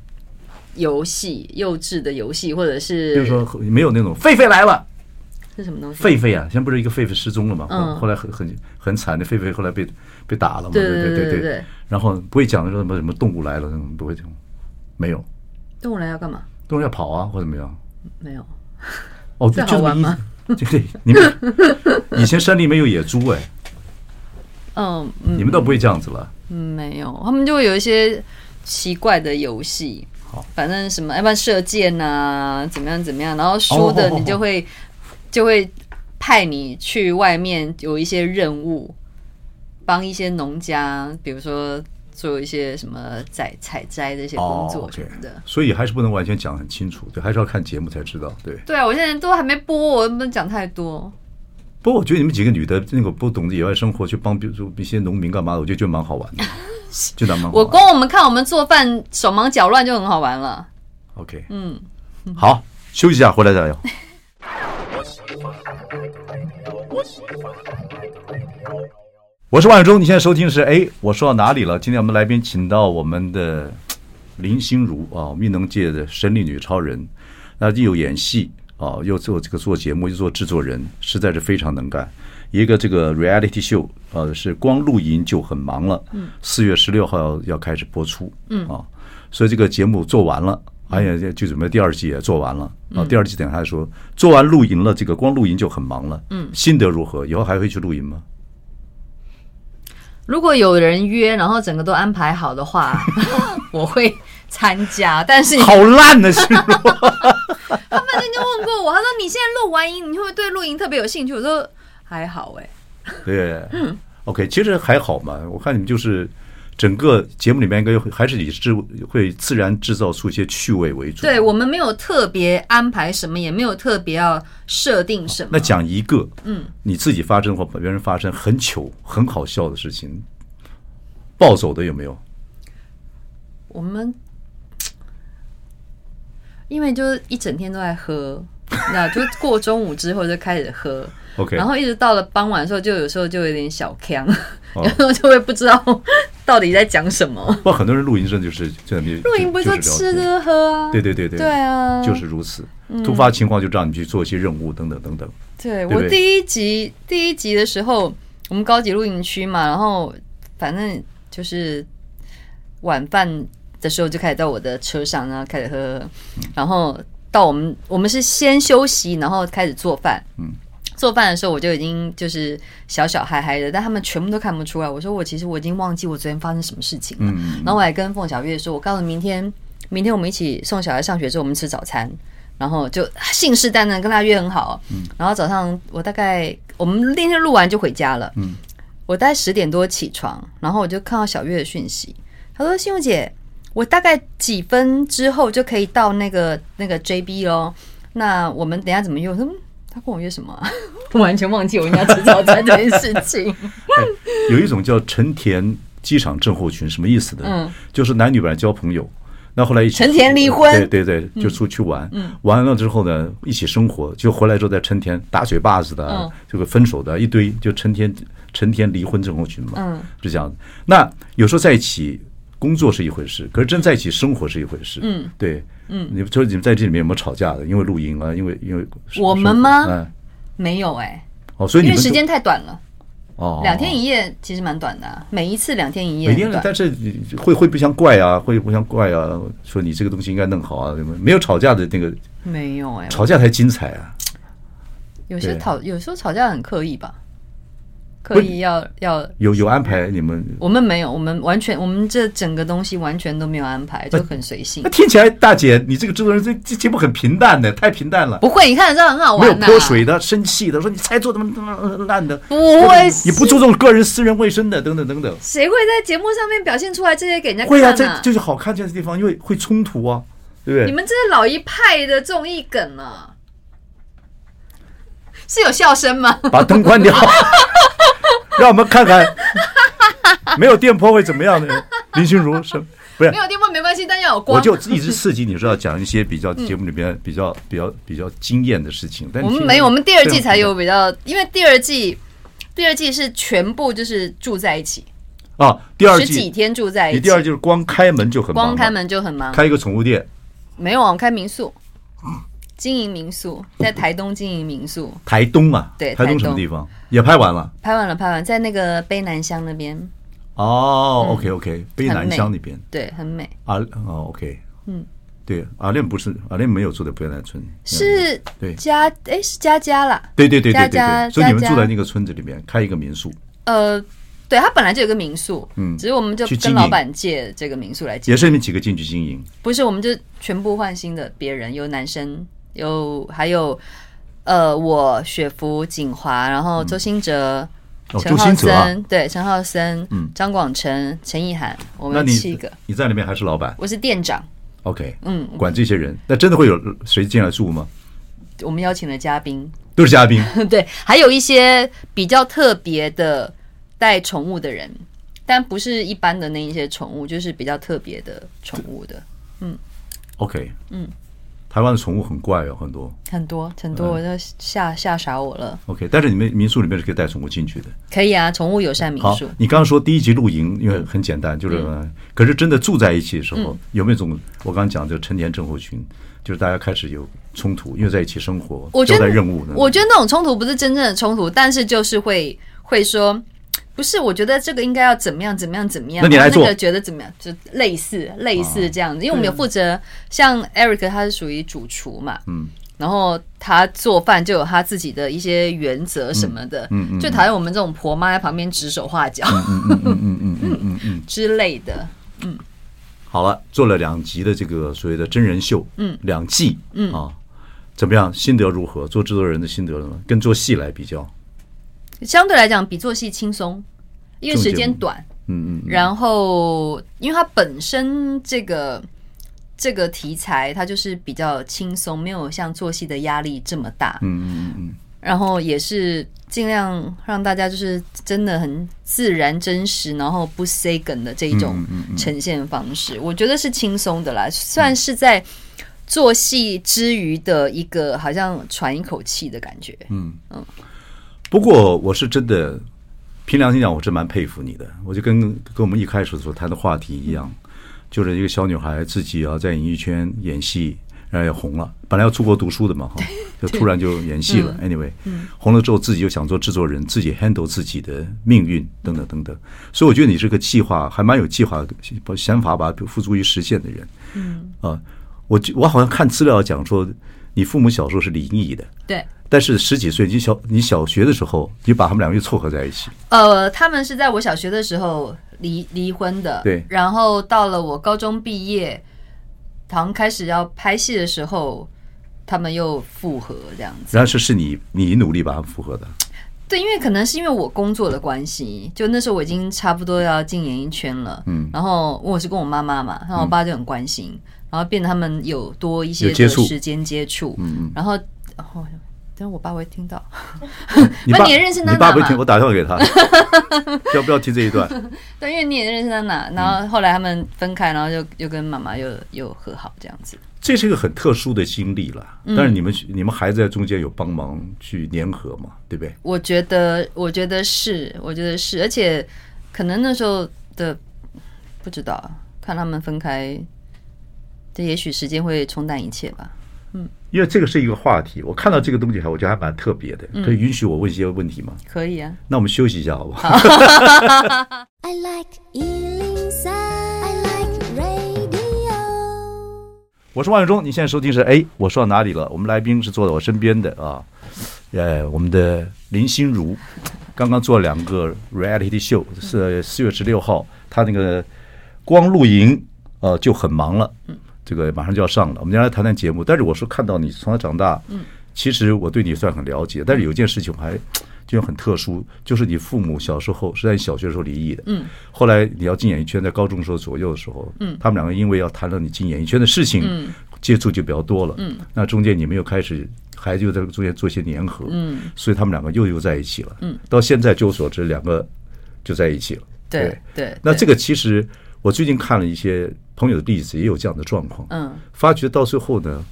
Speaker 2: 游戏，幼稚的游戏，或者是
Speaker 1: 比如说没有那种狒狒来了，
Speaker 2: 是什么东西？
Speaker 1: 狒狒啊，先不是一个狒狒失踪了嘛，
Speaker 2: 嗯
Speaker 1: 后来很很很惨的狒狒后来被被打了嘛，
Speaker 2: 对
Speaker 1: 对
Speaker 2: 对
Speaker 1: 对
Speaker 2: 对对
Speaker 1: 然后不会讲说什么什么动物来了，那种不会讲，没有，
Speaker 2: 动物来要干嘛？
Speaker 1: 动物要跑啊或怎么样。
Speaker 2: 没有，
Speaker 1: 哦，
Speaker 2: 这
Speaker 1: 就
Speaker 2: 好玩吗？
Speaker 1: 就这个意思 对，你们以前山里面有野猪哎，
Speaker 2: 嗯嗯，
Speaker 1: 你们倒不会这样子了。
Speaker 2: 嗯，没有，他们就会有一些奇怪的游戏
Speaker 1: 好，
Speaker 2: 反正什么，要不然射箭啊，怎么样怎么样，然后输
Speaker 1: 哦
Speaker 2: 的
Speaker 1: 哦哦
Speaker 2: 你就会就会派你去外面有一些任务，帮一些农家，比如说做一些什么采采摘这些工作什
Speaker 1: 对
Speaker 2: 么的。
Speaker 1: 所以还是不能完全讲很清楚，对，还是要看节目才知道，对。
Speaker 2: 对啊，我现在都还没播，我不能讲太多。
Speaker 1: 不过我觉得你们几个女的那个不懂野外生活，去帮比如说一些农民干嘛的，我觉得就蛮好玩 的，就蛮蛮好玩的。
Speaker 2: 我光我们看我们做饭手忙脚乱就很好玩了。
Speaker 1: OK，嗯，好，休息一下，回来再聊。我是万永忠，你现在收听的是哎，我说到哪里了？今天我们来宾请到我们的林心如啊，密能界的神力女超人，那既有演戏啊，又做这个做节目，又做制作人，实在是非常能干。一个这个 reality show，呃，是光露营就很忙了。嗯，四月十六号要要开始播出。嗯啊，所以这个节目做完了，哎呀，就准备第二季也做完了。
Speaker 2: 嗯
Speaker 1: 啊，第二季等下说做完露营了，这个光露营就很忙了。嗯，心得如何？以后还会去露营 吗？
Speaker 2: 如果有人约，然后整个都安排好的话， 我会参加。但是你
Speaker 1: 好烂 的心如，
Speaker 2: 他们就问过我，他说你现在录完音，你会不会对录音特别有兴趣？我说还好哎、
Speaker 1: 对，OK，其实还好嘛。我看你们就是整个节目里面应该还是以制会自然制造出一些趣味为主。
Speaker 2: 对我们没有特别安排什么，也没有特别要设定什么。
Speaker 1: 那讲一个，嗯，你自己发生或别人发生很糗、很好笑的事情，暴走的有没有？
Speaker 2: 我们因为就是一整天都在喝，那就过中午之后就开始喝，
Speaker 1: OK，
Speaker 2: 然后一直到了傍晚的时候，就有时候就有点小呛，
Speaker 1: 哦
Speaker 2: 然后就会不知道到底在讲什么。
Speaker 1: 不，很多人露营真的就是就在那边
Speaker 2: 露营不
Speaker 1: 就聊
Speaker 2: 就是吃
Speaker 1: 天
Speaker 2: 的喝啊？
Speaker 1: 对对对对，
Speaker 2: 对啊，
Speaker 1: 就是如此。突发情况就让你去做一些任务等等等等。
Speaker 2: 对
Speaker 1: 对
Speaker 2: 我
Speaker 1: 不对
Speaker 2: 第一集第一集的时候，我们高级露营区嘛，然后反正就是晚饭的时候就开始到我的车上，然后开始喝喝喝，然后到我们我们是先休息，然后开始做饭，
Speaker 1: 嗯。
Speaker 2: 做饭的时候我就已经就是小小嗨嗨的，但他们全部都看不出来。我说我其实我已经忘记我昨天发生什么事情了。
Speaker 1: 嗯，
Speaker 2: 然后我还跟凤小月说，我告诉你明天，明天我们一起送小孩上学之后，我们吃早餐。然后就啊信誓旦旦跟他约很好，
Speaker 1: 嗯
Speaker 2: 然后早上我大概我们那天录完就回家了，
Speaker 1: 嗯
Speaker 2: 我大概十点多起床，然后我就看到小月的讯息，她说：“信用姐，我大概几分之后就可以到那个那个 JB 咯。那我们等一下怎么约？”我说：“嗯她跟我约什么、啊？” 我完全忘记我应该吃早餐这件事情。
Speaker 1: 有一种叫成田机场症候群，什么意思呢？
Speaker 2: 嗯
Speaker 1: 就是男女本来交朋友，那后来一起
Speaker 2: 成田离婚嗯
Speaker 1: 对对对，就出去玩，玩了之后呢，一起生活，就回来之后在成田打嘴巴子的啊，
Speaker 2: 嗯
Speaker 1: 这个分手的一堆，就成田成田离婚症候群嘛，
Speaker 2: 嗯，
Speaker 1: 是这样的。那有时候在一起。工作是一回事，可是真在一起生活是一回事。嗯，对，嗯，你说你们在这里面有没有吵架的？因为露营啊，因为因为
Speaker 2: 我们吗
Speaker 1: 嗯，
Speaker 2: 没有哎、
Speaker 1: 哦，所以
Speaker 2: 因
Speaker 1: 你
Speaker 2: 为
Speaker 1: 们
Speaker 2: 时
Speaker 1: 就
Speaker 2: 间太短了。
Speaker 1: 哦，
Speaker 2: 两天一夜其实蛮短的啊、每一次两天一夜
Speaker 1: 每
Speaker 2: 很
Speaker 1: 天
Speaker 2: 短，，
Speaker 1: 但是你会会互相怪啊，会互相怪啊，说你这个东西应该弄好啊，什么没有吵架的那个，
Speaker 2: 没有哎、
Speaker 1: 吵架才精彩啊！
Speaker 2: 有些
Speaker 1: 对
Speaker 2: 吵，有时候吵架很刻意吧，刻意要要，
Speaker 1: 有有安排你们，
Speaker 2: 我们没有，我们完全，我们这整个东西完全都没有安排，就很随性
Speaker 1: 那。听起来大姐，你这个制作人这这节目很平淡的，太平淡了，
Speaker 2: 不会，你看这很好
Speaker 1: 没有
Speaker 2: 玩呐、啊
Speaker 1: 泼水的、生气的，说你才做这么这么烂的，
Speaker 2: 不会，
Speaker 1: 你不注重个人私人卫生的，等等等等。
Speaker 2: 谁会在节目上面表现出来这些给人家
Speaker 1: 会啊，
Speaker 2: 看
Speaker 1: 这
Speaker 2: 啊？
Speaker 1: 就是好看这的地方，因为会冲突啊，对不对？
Speaker 2: 你们这些老一派的综艺梗啊，是有笑声吗？
Speaker 1: 把灯关 掉，让我们看看没有电波会怎么样呢？林心如是不是
Speaker 2: 没？有电波没关系，但要有光。嗯
Speaker 1: 我就一直刺激你说要讲一些比较节目里边比较比较比较惊艳的事情，但
Speaker 2: 我们
Speaker 1: 听
Speaker 2: 没有，我们第二季才有
Speaker 1: 对啊
Speaker 2: 比较，因为第二季，第二季是全部就是住在一起，
Speaker 1: 啊。第二
Speaker 2: 十几
Speaker 1: 季，
Speaker 2: 天住在一
Speaker 1: 你
Speaker 2: 起，
Speaker 1: 第二季是光开门就很忙
Speaker 2: 光
Speaker 1: 了
Speaker 2: 开门啊就很忙。
Speaker 1: 开一个宠物店，
Speaker 2: 没有啊，我开民宿，经营民宿，在台东经营民宿，
Speaker 1: 台东啊，
Speaker 2: 对
Speaker 1: 台
Speaker 2: 台
Speaker 1: 东
Speaker 2: 东嗯
Speaker 1: 什么地方也拍完了
Speaker 2: 拍完了，拍完在那个卑南乡那边，
Speaker 1: 哦。OK
Speaker 2: 嗯
Speaker 1: OK，北南乡那边
Speaker 2: 对，很美。
Speaker 1: 啊哦 OK
Speaker 2: 嗯
Speaker 1: 对阿练不是阿练没有住在北南村，嗯
Speaker 2: 是
Speaker 1: 对
Speaker 2: 家哎是家家啦，
Speaker 1: 对对对对对
Speaker 2: 家
Speaker 1: 对，
Speaker 2: 家
Speaker 1: 所以你们
Speaker 2: 家家
Speaker 1: 住在那个村子里面开一个民宿，
Speaker 2: 呃，对，它本来就有个民宿，
Speaker 1: 嗯
Speaker 2: 只是我们就
Speaker 1: 去经
Speaker 2: 跟
Speaker 1: 营
Speaker 2: 老板借这个民宿来经营
Speaker 1: 也是你们几个进去经营
Speaker 2: 不是，我们就全部换新的别人，有男生，有还有呃，我雪芙、锦华，然后周兴哲、
Speaker 1: 哦，
Speaker 2: 陈
Speaker 1: 周
Speaker 2: 浩
Speaker 1: 星哲啊，
Speaker 2: 森，对，陈浩森、
Speaker 1: 嗯
Speaker 2: 张广成、陈意涵，我
Speaker 1: 那
Speaker 2: 们
Speaker 1: 你
Speaker 2: 七个，
Speaker 1: 你在里面还是老板
Speaker 2: 我是店长，
Speaker 1: OK，
Speaker 2: 嗯，
Speaker 1: 管这些人，那真的会有谁进来住吗？
Speaker 2: 我们邀请了嘉宾，
Speaker 1: 都是嘉宾。
Speaker 2: 对，还有一些比较特别的带宠物的人，但不是一般的那一些宠物，就是比较特别的宠物的。
Speaker 1: OK，嗯，台湾的宠物很怪哦，很多。
Speaker 2: 很多很
Speaker 1: 嗯
Speaker 2: 多，我都吓吓傻我了。
Speaker 1: OK，但是你们民宿里面是可以带宠物进去的。
Speaker 2: 可以啊，宠物友善民
Speaker 1: 好
Speaker 2: 宿。，嗯
Speaker 1: 你刚刚说第一集露营，因为很简单，就是，可是真的住在一起的时候，有没有一种我刚刚讲的成年症候群，就是大家开始有冲突，因为在一起生活，
Speaker 2: 我觉
Speaker 1: 交
Speaker 2: 得
Speaker 1: 代任务呢？
Speaker 2: 我觉得那种冲突不是真正的冲突，但是就是会会说，不是，我觉得这个应该要怎么样怎么样怎么样，
Speaker 1: 那你来
Speaker 2: 然后
Speaker 1: 做
Speaker 2: 那个觉得怎么样，就类似类似这样子，因为我们有负责，像 Eric 他是属于主厨嘛，
Speaker 1: 嗯，
Speaker 2: 然后他做饭就有他自己的一些原则什么的，
Speaker 1: 嗯嗯嗯
Speaker 2: 最讨厌我们这种婆妈在旁边指手画脚、
Speaker 1: 嗯嗯嗯嗯嗯嗯嗯。
Speaker 2: 之类的，
Speaker 1: 好了，做了两集的这个所谓的真人秀，嗯，两季，嗯啊，怎么样？心得如何？做制作人的心得呢？跟做戏来比较，
Speaker 2: 相对来讲比做戏轻松，因为时
Speaker 1: 这种节
Speaker 2: 间
Speaker 1: 目
Speaker 2: 短。
Speaker 1: 嗯嗯嗯，
Speaker 2: 然后，因为它本身这个这个题材，它就是比较轻松，没有像做戏的压力这么大。
Speaker 1: 嗯嗯嗯嗯。
Speaker 2: 然后也是尽量让大家就是真的很自然、真实，然后不 say 梗的这一种
Speaker 1: 嗯嗯嗯
Speaker 2: 呈现方式，我觉得是轻松的啦，算是在做戏之余的一个好像喘一口气的感觉。
Speaker 1: 不过我是真的，凭良心讲，我是蛮佩服你的。我就跟跟我们一开始所谈的话题一样，就是一个小女孩自己要在演艺圈演戏，然后也红了。本来要出国读书的嘛，哈，就突然就演戏了。anyway，红了之后自己又想做制作人，自己 handle 自己的命运等等等等。所以我觉得你这个计划还蛮有计划、把想法把它付诸于实现的人。嗯啊，我记我好像看资料讲说，你父母小时候是离异的。
Speaker 2: 对，
Speaker 1: 但是十几岁，你小你小学的时候，你把他们两个又凑合在一起，
Speaker 2: 呃，他们是在我小学的时候离离婚的，
Speaker 1: 对
Speaker 2: 然后到了我高中毕业，好像开始要拍戏的时候，他们又复合这样子。
Speaker 1: 然后是是你你努力把他们复合的，
Speaker 2: 对，因为可能是因为我工作的关系，就那时候我已经差不多要进演艺圈了，嗯，然后我是跟我妈妈嘛，然后我爸就很关心，然后变得他们有多一些
Speaker 1: 有接
Speaker 2: 的
Speaker 1: 触
Speaker 2: 时间接触，嗯，然后哦，等下我爸会听到，
Speaker 1: 你
Speaker 2: 那
Speaker 1: 爸
Speaker 2: 你也认识娜娜
Speaker 1: 你爸不会
Speaker 2: 嘛
Speaker 1: 听，我打电话给他， 要不要听这一段？
Speaker 2: 对，因为你也认识娜娜，然后后来他们分开，然后又又跟妈妈又又和好这样子。
Speaker 1: 这是一个很特殊的经历了，
Speaker 2: 嗯
Speaker 1: 但是你们你们孩子在中间有帮忙去粘合嘛，对不对？
Speaker 2: 我觉得，我觉得是，我觉得是，而且可能那时候的不知道啊，看他们分开，这也许时间会冲淡一切吧。
Speaker 1: 因为这个是一个话题，我看到这个东西还我觉得还蛮特别的，
Speaker 2: 嗯
Speaker 1: 可以允许我问一些问题吗？
Speaker 2: 可以啊，
Speaker 1: 那我们休息一下好不好？
Speaker 3: I like Ealing Sound. I like radio.
Speaker 1: 我是万永忠，你现在收听是哎，我说到哪里了？我们来宾是坐在我身边的啊，呃，我们的林心如刚刚做了两个 reality show，是四月十六号，她那个光露营呃就很忙了，这个马上就要上了，我们将来谈谈节目。但是我说看到你从小长大，其实我对你算很了解，但是有一件事情我还。就很特殊，就是你父母小时候是在你小学的时候离异的，嗯，后来你要进演艺圈，在高中时候左右的时候，嗯，他们两个因为要谈论你进演艺圈的事情，嗯，接触就比较多了，嗯，那中间你们又开始，孩子又在中间做一些粘合，嗯，所以他们两个又又在一起了，嗯，到现在据我所知，两个就在一起了，
Speaker 2: 对对。
Speaker 1: 那
Speaker 2: 对
Speaker 1: 这个其实我最近看了一些朋友的例子，也有这样的状况，
Speaker 2: 嗯，
Speaker 1: 发觉到最后呢，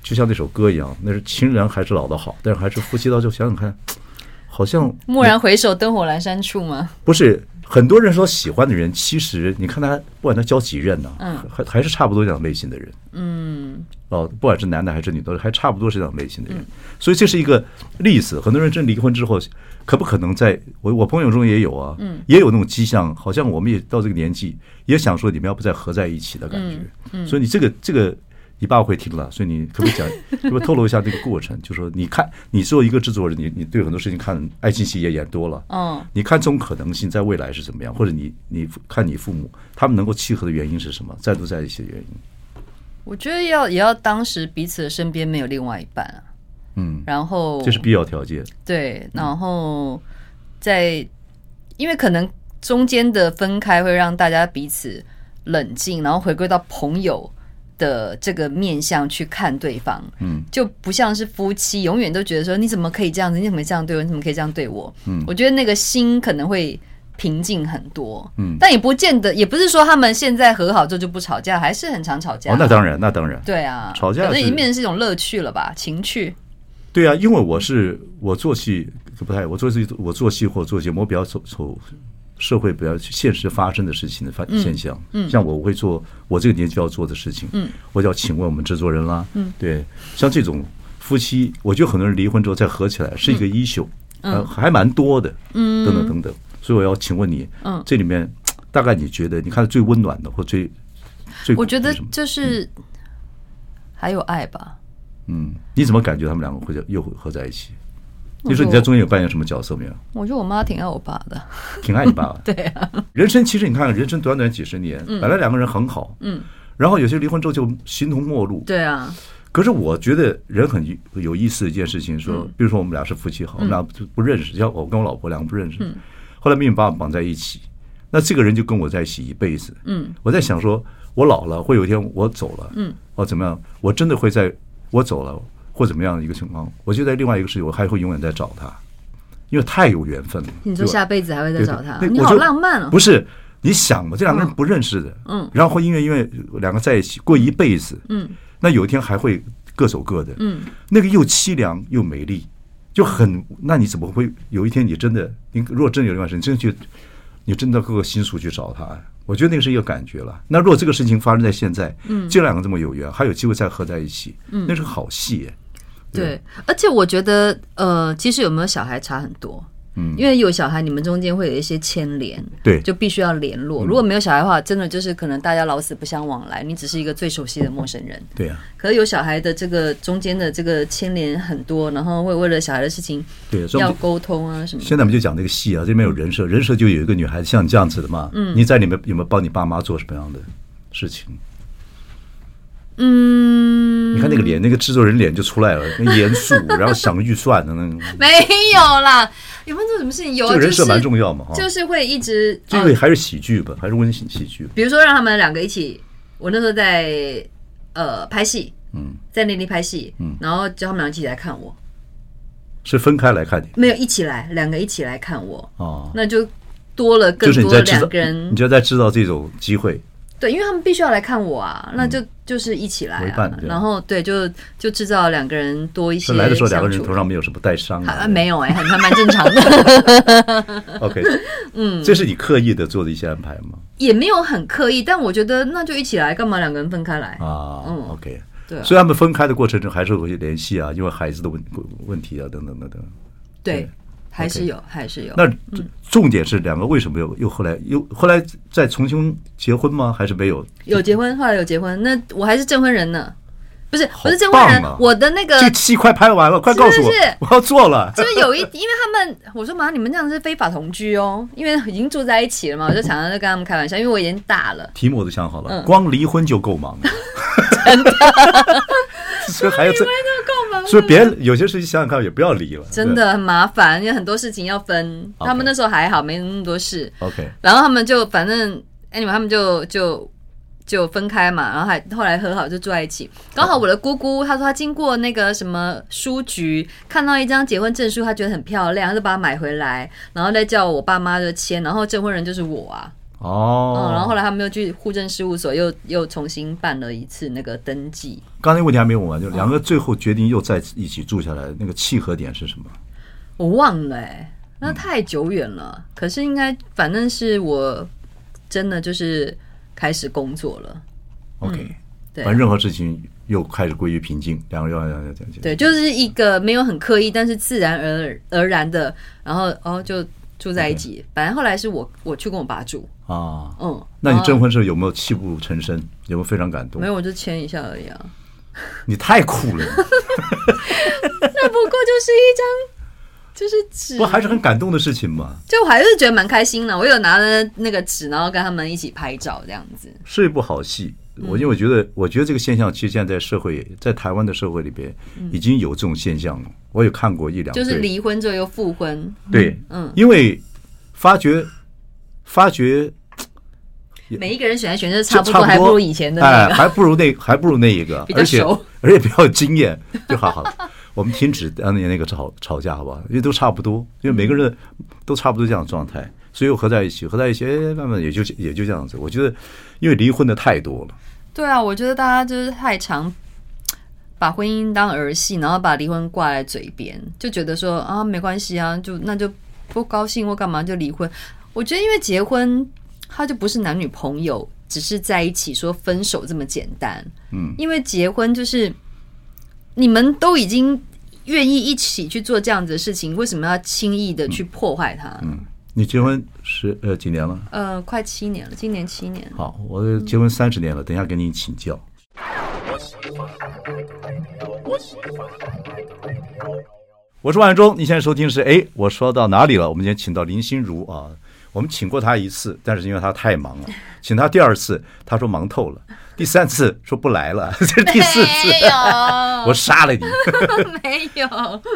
Speaker 1: 就像那首歌一样，那是情人还是老的好，但是还是夫妻到最后想想看，好像
Speaker 2: 蓦然回首，灯火阑珊处嘛。
Speaker 1: 不是很多人说喜欢的人，其实你看他不管他交几任呢、还还是差不多这样类型的人，嗯，嗯哦，不管是男的还是女的，还差不多是这样类型的人，所以这是一个例子。很多人真离婚之后，可不可能在我我朋友中也有啊，嗯，也有那种迹象，好像我们也到这个年纪，也想说你们要不再合在一起的感觉，嗯，所以你这个这个。你爸会听了，所以你可不可以讲， 可不可以透露一下这个过程？就说你看，你作为一个制作人，你你对很多事情看爱情戏也演多了，
Speaker 2: 嗯，
Speaker 1: 你看这种可能性在未来是怎么样，或者你你看你父母他们能够契合的原因是什么，再度在一起的原因，
Speaker 2: 我觉得要也要当时彼此的身边没有另外一半啊，
Speaker 1: 嗯，
Speaker 2: 然后
Speaker 1: 这是必要条件。
Speaker 2: 对，然后在因为可能中间的分开会让大家彼此冷静，然后回归到朋友的这个面向去看对方，
Speaker 1: 嗯，
Speaker 2: 就不像是夫妻，永远都觉得说你怎么可以这样子，你怎么这样对我，你怎么可以这样对我，嗯，我觉得那个心可能会。平静很多，
Speaker 1: 嗯
Speaker 2: 但也不见得，也不是说他们现在和好之后就不吵架，还是很常吵架。
Speaker 1: 哦，那当然，那当然，
Speaker 2: 对啊，
Speaker 1: 吵架
Speaker 2: 可能已
Speaker 1: 是
Speaker 2: 经变成是一种乐趣了吧，情趣。
Speaker 1: 对啊，因为我是我做戏不太，我做戏我做戏或做节目，我比较走走社会比较现实发生的事情的发现象。嗯，像我会做我这个年纪要做的事情。嗯，我就要请问我们制作人啦。嗯，对，像这种夫妻，我觉得很多人离婚之后再合起来是一个衣袖，呃，还蛮多的。嗯，等等等等，所以我要请问你，嗯，这里面大概你觉得你看最温暖的或最最
Speaker 2: 我觉得
Speaker 1: 什么
Speaker 2: 就是还有爱吧。
Speaker 1: 嗯，你怎么感觉他们两个会又合在一起？
Speaker 2: 我
Speaker 1: 你说你
Speaker 2: 就
Speaker 1: 在中间有扮演什么角色没有？
Speaker 2: 我觉得我妈挺爱我爸的，
Speaker 1: 挺爱你爸爸。
Speaker 2: 对啊，嗯
Speaker 1: 人生其实你看看，人生短短几十年，本来两个人很好，嗯，然后有些离婚之后就形同陌路。
Speaker 2: 对啊，
Speaker 1: 可是我觉得人很有意思的一件事情，说，比如说我们俩是夫妻，好，我们俩就不认识，像我跟我老婆两个不认识，后来命运把我们绑在一起，那这个人就跟我在一起一辈子，嗯，我在想说，我老了会有一天我走了，嗯，或怎么样，我真的会在我走了或怎么样的一个情况，我就在另外一个世界，我还会永远在找他，因为太有缘分了。
Speaker 2: 你说
Speaker 1: 对吧
Speaker 2: 下辈子还会再
Speaker 1: 对
Speaker 2: 找
Speaker 1: 对
Speaker 2: 他，
Speaker 1: 那
Speaker 2: 你
Speaker 1: 我
Speaker 2: 好
Speaker 1: 就
Speaker 2: 浪漫哦。
Speaker 1: 不是，你想嘛，这两个人不认识的，嗯，然后因为因为两个在一起过一辈子，嗯，那有一天还会各走各的，嗯，那个又凄凉又美丽，就很，那你怎么会有一天你真的，你如果真的有这段事，你真的去，你真的各个新宿去找他，我觉得那个是一个感觉了。那如果这个事情发生在现在，嗯，这两个这么有缘，还有机会再合在一起，嗯，那是个好戏耶，
Speaker 2: 对，而且我觉得，呃，其实有没有小孩差很多。嗯，因为有小孩，你们中间会有一些牵连，
Speaker 1: 对
Speaker 2: 就必须要联络。如果没有小孩的话，真的就是可能大家老死不相往来，你只是一个最熟悉的陌生人。
Speaker 1: 对啊呀、
Speaker 2: 可是有小孩的这个中间的这个牵连很多，然后会为了小孩的事情
Speaker 1: 对所以我
Speaker 2: 要
Speaker 1: 们
Speaker 2: 沟通啊什么的。
Speaker 1: 现在我们就讲这个戏啊，这边有人设，人设就有一个女孩子像你这样子的嘛，嗯，你在里面有没有帮你爸妈做什么样的事情？嗯，你看那个脸，那个制作人脸就出来了，那严 肃，然后想预算的那种，
Speaker 2: 没有啦，有没有做什么事情？有啊，
Speaker 1: 这个人设蛮
Speaker 2: 就是
Speaker 1: 重要嘛，哈，
Speaker 2: 就是会一直
Speaker 1: 这
Speaker 2: 嗯
Speaker 1: 个还是喜剧吧，还是温馨喜剧吧，
Speaker 2: 比如说让他们两个一起，我那时候在呃拍戏，
Speaker 1: 嗯，
Speaker 2: 在内地拍戏，
Speaker 1: 嗯
Speaker 2: 然后叫他们俩一起来看我，
Speaker 1: 是分开来看的
Speaker 2: 没有一起来，两个一起来看我，
Speaker 1: 啊，
Speaker 2: 那就多了哦更
Speaker 1: 就是你
Speaker 2: 多
Speaker 1: 在
Speaker 2: 的
Speaker 1: 制造
Speaker 2: 两个，人
Speaker 1: 你，就在制造这种机会，
Speaker 2: 对，因为他们必须要来看我啊，那就就是一起来
Speaker 1: 为
Speaker 2: 啊
Speaker 1: 嗯伴，对
Speaker 2: 然后对，就就制造两个人多一些
Speaker 1: 这来的时候两个人
Speaker 2: 相处
Speaker 1: 头上没有什么带伤
Speaker 2: 啊
Speaker 1: 啊，
Speaker 2: 没有哎、还还蛮正常 的，
Speaker 1: ，OK，嗯， 这是你刻意的做的一些安排吗？
Speaker 2: 也没有很刻意，但我觉得那就一起来，干嘛两个人分开来？
Speaker 1: 啊
Speaker 2: 嗯
Speaker 1: ，OK，
Speaker 2: 对啊
Speaker 1: 所以他们分开的过程中还是有些联系啊，因为孩子的问问题啊，等等等等。
Speaker 2: 对
Speaker 1: 对，
Speaker 2: 还
Speaker 1: 嗯
Speaker 2: 是
Speaker 1: OK
Speaker 2: 有，还是有。
Speaker 1: 那重点是两个为什么又又后来又后来再重新结婚吗？还是没有？
Speaker 2: 有结婚，后来有结婚，那我还是证婚人呢，不是
Speaker 1: 好
Speaker 2: 不是证婚人，
Speaker 1: 棒啊
Speaker 2: 我的那个
Speaker 1: 这戏快拍完了，快告诉我
Speaker 2: 呃是是，
Speaker 1: 我要做了。
Speaker 2: 就是有一，因为他们我说妈，你们这样是非法同居哦，因为已经住在一起了嘛，我就常常就跟他们开玩笑，因为我已经大了，
Speaker 1: 题目我都想好
Speaker 2: 嗯
Speaker 1: 了，光离婚就够 忙了， 所以还要这，
Speaker 2: 够吗？
Speaker 1: 所以别有些事情想想看，也不要离了。
Speaker 2: 真的很麻烦，因为很多事情要分。
Speaker 1: OK
Speaker 2: 他们那时候还好，没那么多事。
Speaker 1: 对，OK，
Speaker 2: 然后他们就反正 anyway，他们就就就分开嘛，然后还后来和好就住在一起。刚好我的姑姑她说她经过那个什么书局看到一张结婚证书，她觉得很漂亮，她就把它买回来，然后再叫我爸妈就签，然后证婚人就是我啊。
Speaker 1: 哦
Speaker 2: 嗯，，然后后来他们又去户政事务所又又重新办了一次那个登记。
Speaker 1: 刚才问题还没问完，就两个最后决定又在一起住下来，那个契合点是什么？
Speaker 2: 我忘了、欸，那太久远了。可是应该，反正是我真的就是开始工作了，
Speaker 1: OK，、
Speaker 2: 对
Speaker 1: 反正任何事情又开始归于平静，两个人要要要要
Speaker 2: 对，就是一个没有很刻意，但是自然而而然的，然后哦就住在一起。反正后来是我我去跟我爸住，
Speaker 1: 啊。
Speaker 2: 嗯，
Speaker 1: 那你
Speaker 2: 然
Speaker 1: 征
Speaker 2: 后
Speaker 1: 婚时候有没有泣不成声？有没有非常感动
Speaker 2: 没？有，我就签一下而已啊。
Speaker 1: 你太酷 了，
Speaker 2: 那不过就是一张。就是纸
Speaker 1: 不，还是很感动的事情嘛。
Speaker 2: 就我还是觉得蛮开心的。我有拿着那个纸，然后跟他们一起拍照这样子。
Speaker 1: 是一部好戏。
Speaker 2: 嗯
Speaker 1: 我因为我觉得，我觉得这个现象其实现在在社会，在台湾的社会里边已经有这种现象了。我有看过一两
Speaker 2: 嗯就是
Speaker 1: 哦对
Speaker 2: 离婚之后又复婚，
Speaker 1: 对，
Speaker 2: 嗯
Speaker 1: 因为发觉发觉
Speaker 2: 每一个人选来选去
Speaker 1: 就
Speaker 2: 差不多，还不如以前的那
Speaker 1: 哎，
Speaker 2: 个。
Speaker 1: 还不如那还不如那一个
Speaker 2: 比，较
Speaker 1: 而且
Speaker 2: 熟
Speaker 1: 而且比较有经验，就好好了。我们停止当年那个吵吵架，好不好？因为都差不多，因为每个人都差不多这样的状态，所以又合在一起，合在一起，哎，慢慢也就也就这样子。我觉得，因为离婚的太多了，
Speaker 2: 对啊，我觉得大家就是太常把婚姻当儿戏，然后把离婚挂在嘴边，就觉得说啊没关系啊，就那就不高兴或干嘛就离婚。我觉得因为结婚，它就不是男女朋友，只是在一起说分手这么简单。
Speaker 1: 嗯，
Speaker 2: 因为结婚就是你们都已经愿意一起去做这样子的事情，为什么要轻易的去破坏它？
Speaker 1: 嗯。你结婚十呃几年了？
Speaker 2: 呃，快七年了，今年七年。
Speaker 1: 好，我结婚三十年了，等一下给你请教。我是万永忠，你现在收听是哎，我说到哪里了？我们今天请到林心如啊，我们请过她一次，但是因为她太忙了，请她第二次，她说忙透了，第三次说不来了， 这是第四次，
Speaker 2: 没有，
Speaker 1: 我杀了你。
Speaker 2: 没有，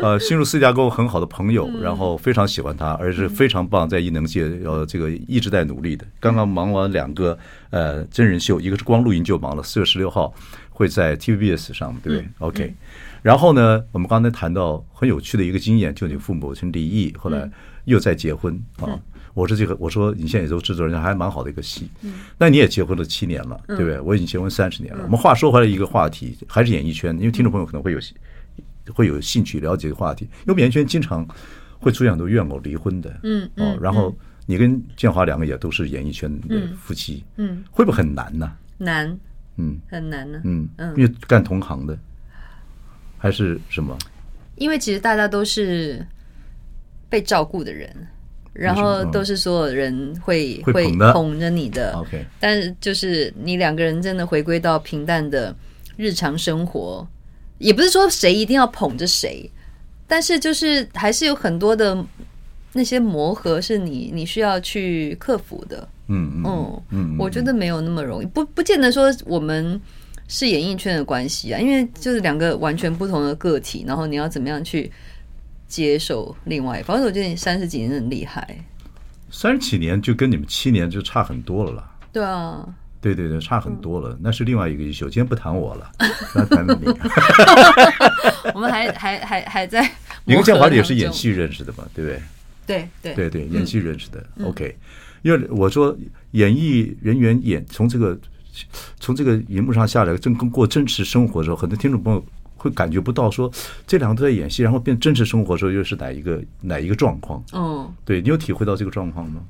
Speaker 1: 呃，新入私家跟我很好的朋友，然后非常喜欢他，而是非常棒，在艺能界呃这个一直在努力的。刚刚忙完两个呃真人秀，一个是光录音就忙了，四月十六号会在 TVBS 上，对不对？OK。然后呢，我们刚才谈到很有趣的一个经验，就你父母亲离异，后来又再结婚啊。我说这个，我说你现在也做制作人，还蛮好的一个戏。那你也结婚了七年了，对不对？我已经结婚三十年了。我们话说回来，一个话题还是演艺圈，因为听众朋友可能会有会有兴趣了解的话题，因为我们演艺圈经常会出现很多怨偶离婚的，嗯，哦，然后你跟建华两个也都是演艺圈的夫妻，嗯，会不会很难呢？
Speaker 2: 难，
Speaker 1: 嗯
Speaker 2: 很难啊呢、
Speaker 1: 嗯，因为干同行的还是什么？
Speaker 2: 因为其实大家都是被照顾的人，然后
Speaker 1: 嗯
Speaker 2: 都是所有人会
Speaker 1: 会
Speaker 2: 会
Speaker 1: 捧的
Speaker 2: 捧着你的。
Speaker 1: OK
Speaker 2: 但是就是你两个人真的回归到平淡的日常生活，也不是说谁一定要捧着谁，但是就是还是有很多的那些磨合是你你需要去克服的。
Speaker 1: 嗯嗯
Speaker 2: 嗯
Speaker 1: 嗯
Speaker 2: 我觉得没有那么容易，不不见得说我们是演艺圈的关系啊，因为就是两个完全不同的个体，然后你要怎么样去接受另外一方？反正我觉得你三十几年很厉害，
Speaker 1: 三十几年就跟你们七年就差很多了啦。
Speaker 2: 对啊，
Speaker 1: 对对对，差很多了，那是另外一个因素。今天不谈我 了，那谈你。
Speaker 2: 我们还还还还在
Speaker 1: 你跟
Speaker 2: 磨合当中。
Speaker 1: 建华也是演戏认识的嘛，对不对？
Speaker 2: 对对
Speaker 1: 对对，演戏认识的。OK，因为我说演艺人员演从这个从这个荧幕上下来，真跟过真实生活的时候，很多听众朋友会感觉不到说这两个都在演戏，然后变真实生活的时候又是哪一个哪一个状况？
Speaker 2: 嗯，
Speaker 1: 对你有体会到这个状况吗？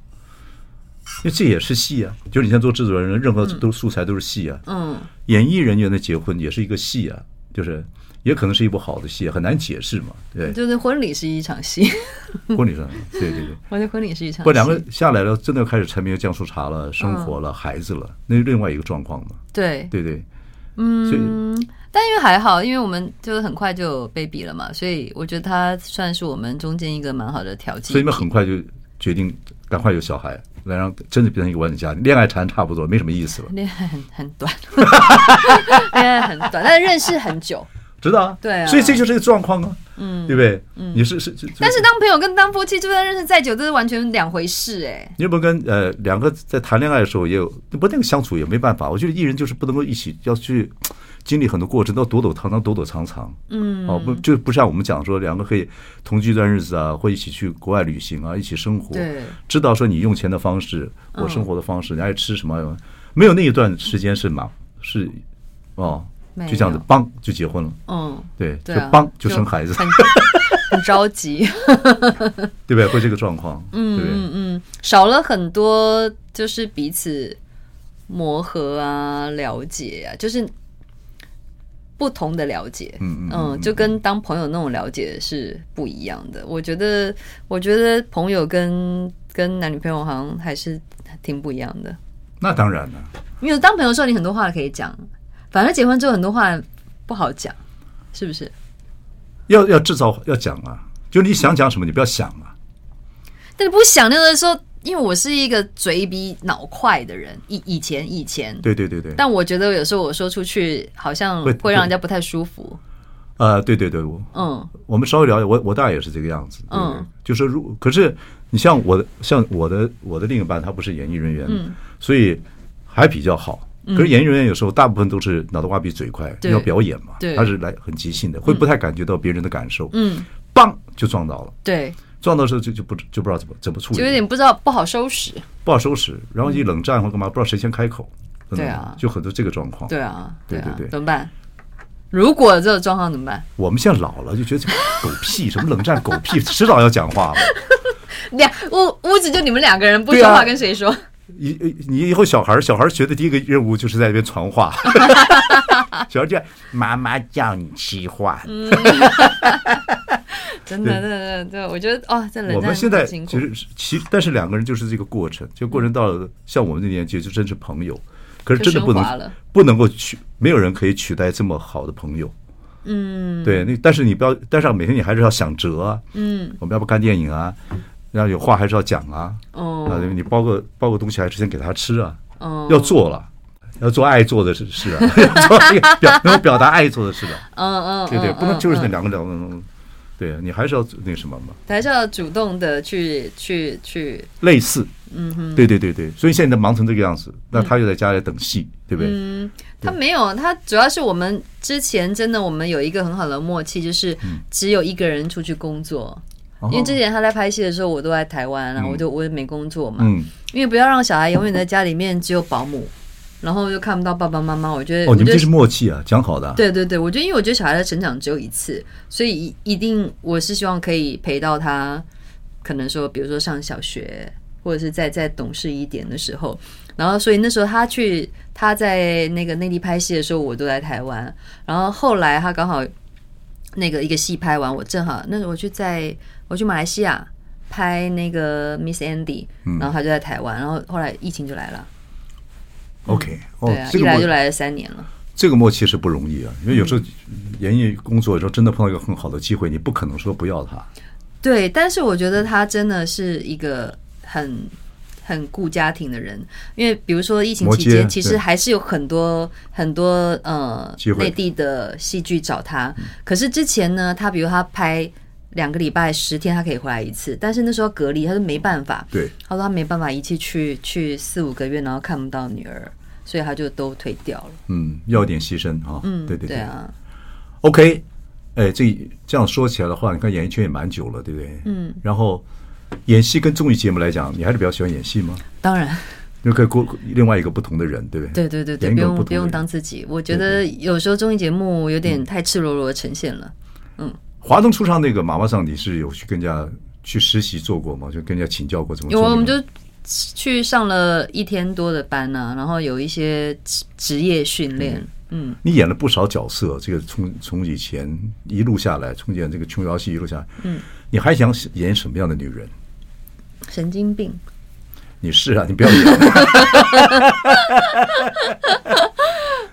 Speaker 1: 因为这也是戏啊，就是你现在做制作人，任何都素材都是戏啊。
Speaker 2: 嗯，
Speaker 1: 演艺人员的结婚也是一个戏啊，就是也可能是一部好的戏啊，很难解释嘛。对，
Speaker 2: 就是婚礼是一场戏，
Speaker 1: 婚礼上，对对对。
Speaker 2: 我的婚礼是一场戏。
Speaker 1: 不，两个下来了，真的开始沉迷于江苏茶了，生活了，孩子了，那是另外一个状况嘛。
Speaker 2: 对，
Speaker 1: 对对，嗯，所以
Speaker 2: 但因为还好，因为我们就是很快就有 baby 了嘛，所以我觉得他算是我们中间一个蛮好的调剂。
Speaker 1: 所以你们很快就决定赶快有小孩，来让真的变成一个完整家庭。恋爱谈差不多，没什么意思了，
Speaker 2: 恋爱很很短， 恋爱很短，但是认识很久。
Speaker 1: 知道啊？
Speaker 2: 对啊
Speaker 1: 所以这就是一个状况啊，嗯，对不对？嗯，你是是，是
Speaker 2: 但是当朋友跟当夫妻，就算认识再久，这是完全两回事哎、
Speaker 1: 你有没有跟呃两个在谈恋爱的时候也有，不过那个相处也没办法。我觉得艺人就是不能够一起要去经历很多过程，都躲躲藏藏，躲躲藏藏。嗯，哦，不就不像我们讲说两个可以同居一段日子啊，或一起去国外旅行啊，一起生活，
Speaker 2: 对，
Speaker 1: 知道说你用钱的方式，
Speaker 2: 嗯
Speaker 1: 我生活的方式，你爱吃什么，没有那一段时间是忙是哦
Speaker 2: 没，有
Speaker 1: 就这样子，邦就结婚了，
Speaker 2: 嗯，
Speaker 1: 对，
Speaker 2: 对啊
Speaker 1: 就邦就生孩子，
Speaker 2: 很很着急，
Speaker 1: 对不对？会这个状况，嗯，对不对？
Speaker 2: 嗯，少了很多就是彼此磨合啊、了解啊，就是不同的了解，
Speaker 1: 嗯嗯
Speaker 2: 嗯，就跟当朋友那种了解是不一样的。我觉得，我觉得朋友跟跟男女朋友好像还是挺不一样的。
Speaker 1: 那当然了。
Speaker 2: 因为当朋友的时候，你很多话可以讲，反正结婚之后很多话不好讲，是不是？
Speaker 1: 要要制造要讲啊，就你想讲什么，你不要想啊。
Speaker 2: 但是不想念的时候，因为我是一个嘴比脑快的人，以以前以前，
Speaker 1: 对对对对，
Speaker 2: 但我觉得有时候我说出去好像
Speaker 1: 会
Speaker 2: 会让人家不太舒服。
Speaker 1: 呃，对对对，我
Speaker 2: 嗯
Speaker 1: 我们稍微了解，我我大概也是这个样子。对对
Speaker 2: 嗯
Speaker 1: 就是如可是你像我的像我的我的另一半，他不是演艺人员，
Speaker 2: 嗯
Speaker 1: 所以还比较好。可是演艺人员有时候大部分都是脑袋瓜比嘴快，
Speaker 2: 对
Speaker 1: 要表演嘛
Speaker 2: 对，
Speaker 1: 他是来很即兴的，会不太感觉到别人的感受，
Speaker 2: 嗯，
Speaker 1: 棒就撞到了，
Speaker 2: 对，
Speaker 1: 撞到的时候就就不就不知道怎么怎么处理，
Speaker 2: 就有点不知道不好收拾。
Speaker 1: 不好收拾，然后一冷战或干嘛，不知道谁先开口，
Speaker 2: 对啊
Speaker 1: 就很多这个状况。
Speaker 2: 对啊，
Speaker 1: 对
Speaker 2: 啊
Speaker 1: 对，对
Speaker 2: 怎么办？如果这种状况怎么办？
Speaker 1: 我们现在老了就觉得这个狗屁，什么冷战狗屁，迟早要讲话嘛。
Speaker 2: 两啊屋屋子就你们两个人，不
Speaker 1: 对
Speaker 2: 说
Speaker 1: 啊
Speaker 2: 话跟谁说？
Speaker 1: 你你以后小孩儿，小孩儿学的第一个任务就是在那边传 话。小孩儿就妈妈叫你吃饭。
Speaker 2: 嗯真的，
Speaker 1: 对
Speaker 2: 真的，对，我觉得哦，这冷
Speaker 1: 我
Speaker 2: 战
Speaker 1: 们现
Speaker 2: 很
Speaker 1: 在
Speaker 2: 辛苦
Speaker 1: 其实是其但是两个人就是这个过程，这个过程到了像我们这年纪就真是朋友，可是真的不
Speaker 2: 就升华了
Speaker 1: 能不能够取，没有人可以取代这么好的朋友。嗯，对，那但是你不要，但是每天你还是要想辙啊。嗯，我们要不看电影啊，然后有话还是要讲啊。
Speaker 2: 哦
Speaker 1: 啊，你包个包个东西还是先给他吃啊，
Speaker 2: 哦
Speaker 1: 要做了，要做爱做的事事啊， 要做这个表能够表达爱做的事啊，
Speaker 2: 嗯嗯，
Speaker 1: 对不对？
Speaker 2: 嗯
Speaker 1: 不能就是那
Speaker 2: 嗯
Speaker 1: 两个两个，对你还是要那什么嘛，
Speaker 2: 还是要主动的去去去，
Speaker 1: 类似，嗯哼，对对对对，所以现在忙成这个样子，那他又在家里等戏，对不对？
Speaker 2: 嗯，他没有，他主要是我们之前真的我们有一个很好的默契，就是只有一个人出去工作，
Speaker 1: 嗯哦
Speaker 2: 因为之前他在拍戏的时候，我都在台湾然后我就我也没工作嘛，
Speaker 1: 嗯，
Speaker 2: 因为不要让小孩永远在家里面只有保姆，然后又看不到爸爸妈妈。我觉得，
Speaker 1: 哦，
Speaker 2: 我
Speaker 1: 你
Speaker 2: 觉
Speaker 1: 们
Speaker 2: 得
Speaker 1: 这是默契啊，讲好的啊、
Speaker 2: 对对对，我觉得因为我觉得小孩的成长只有一次，所以一一定我是希望可以陪到他，可能说比如说上小学，或者是在在懂事一点的时候。然后，所以那时候他去他在那个内地拍戏的时候，我都在台湾。然后后来他刚好那个一个戏拍完，我正好那时候我去在我去马来西亚拍那个 Miss Andy，然后
Speaker 1: 嗯
Speaker 2: 他就在台湾。然后后来疫情就来了，
Speaker 1: o k 哦，
Speaker 2: 对啊，
Speaker 1: 这
Speaker 2: 一
Speaker 1: 个
Speaker 2: 来
Speaker 1: 默
Speaker 2: 就来了三年了。
Speaker 1: 这个默契是不容易啊，因为有时候
Speaker 2: 嗯
Speaker 1: 演艺工作有时候真的碰到一个很好的机会，你不可能说不要它。
Speaker 2: 对，但是我觉得他真的是一个很很顾家庭的人，因为比如说疫情
Speaker 1: 摩
Speaker 2: 期
Speaker 1: 羯
Speaker 2: 间，其实
Speaker 1: 对
Speaker 2: 还是有很多很多呃
Speaker 1: 机会嗯
Speaker 2: 内地的戏剧找他。可是之前呢，他比如他拍两个礼拜十天，他可以回来一次，但是那时候隔离，他说没办法，
Speaker 1: 对，
Speaker 2: 他说他没办法一起去去四五个月，然后看不到女儿，所以他就都推掉了。
Speaker 1: 嗯，要一点牺牲哈、
Speaker 2: 嗯，
Speaker 1: 对对
Speaker 2: 对啊。
Speaker 1: OK，哎，这这样说起来的话，你看演艺圈也蛮久了，对不对？嗯。然后演戏跟综艺节目来讲，你还是比较喜欢演戏吗？
Speaker 2: 当然，
Speaker 1: 就可以过另外一个不同的人，对不对？
Speaker 2: 对对对对，
Speaker 1: 演一
Speaker 2: 不
Speaker 1: 个
Speaker 2: 用
Speaker 1: 不
Speaker 2: 不用
Speaker 1: 同的
Speaker 2: 当
Speaker 1: 人。嗯
Speaker 2: 自己。我觉得有时候综艺节目有点太赤裸裸的呈现了。
Speaker 1: 华灯初上那个妈妈上，你是有去跟人家去实习做过吗？就跟人家请教过怎么
Speaker 2: 有
Speaker 1: 做？
Speaker 2: 啊，我们就去上了一天多的班呢、然后有一些职职业训练。嗯，
Speaker 1: 你演了不少角色，这个从从以前一路下来，从演这个琼瑶戏一路下来，嗯，你还想演什么样的女人？
Speaker 2: 神经病。
Speaker 1: 你是啊，你不要 演。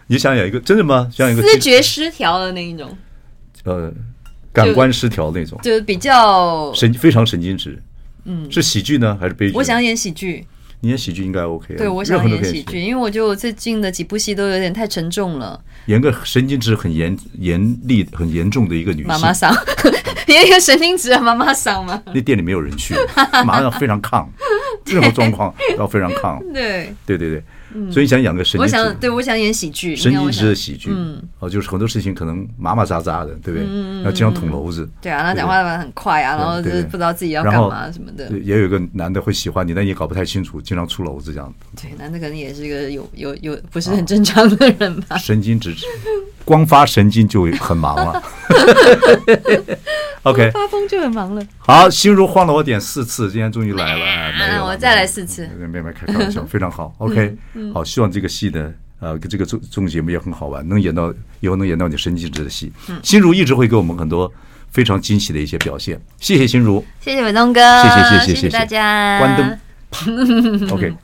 Speaker 1: 你想演一个真的吗？想演一个
Speaker 2: 思觉失调的那一种，
Speaker 1: 呃感官失调那种，
Speaker 2: 就是比较。
Speaker 1: 神非常神经质。嗯，是喜剧呢还是悲剧？
Speaker 2: 我想演喜剧，
Speaker 1: 你演喜剧应该 OK 啊。
Speaker 2: 对我
Speaker 1: 任何
Speaker 2: 想
Speaker 1: 都
Speaker 2: 演
Speaker 1: 可以
Speaker 2: 喜剧，，因为我觉得我最近的几部戏都有点太沉重了。
Speaker 1: 演个神经质很严严厉很严重的一个女性。
Speaker 2: 妈妈桑， 演一个神经质的妈妈桑嘛。
Speaker 1: 那店里没有人 去，马上非常抗，任何状况要非常 抗。
Speaker 2: 对，
Speaker 1: 对对对，所以你想养个神
Speaker 2: 嗯我
Speaker 1: 经质
Speaker 2: 想，对我想演喜剧，
Speaker 1: 神
Speaker 2: 应该
Speaker 1: 经
Speaker 2: 我
Speaker 1: 质
Speaker 2: 想
Speaker 1: 的喜剧，
Speaker 2: 嗯，
Speaker 1: 哦，就是很多事情可能麻麻扎扎的，对不对？然后经常捅娄子，
Speaker 2: 对啊，他讲话很快啊，然后就
Speaker 1: 对
Speaker 2: 是
Speaker 1: 对
Speaker 2: 不知道自己要干
Speaker 1: 然后
Speaker 2: 嘛什么的。
Speaker 1: 对也有一个男的会喜欢你，但你也搞不太清楚，经常出娄子这样子，
Speaker 2: 对，那这可能也是一个有有有不是很正常的人吧。
Speaker 1: 神经质，光发神经就很忙 了。OK，
Speaker 2: 发疯就很忙了。
Speaker 1: 好，心如晃了我点四次，今天终于来了，哎没有了
Speaker 2: 啊我再来四次嗯
Speaker 1: 没有没有没有开开玩笑，非常好。OK，好，希望这个戏呢，呃，这个综综艺节目也很好玩，能演到以后能演到你神经质的戏。
Speaker 2: 嗯
Speaker 1: 心如一直会给我们很多非常惊喜的一些表现，谢谢心如，
Speaker 2: 谢谢伟东哥，
Speaker 1: 谢谢谢谢
Speaker 2: 谢
Speaker 1: 谢谢
Speaker 2: 大家，
Speaker 1: 关灯。OK。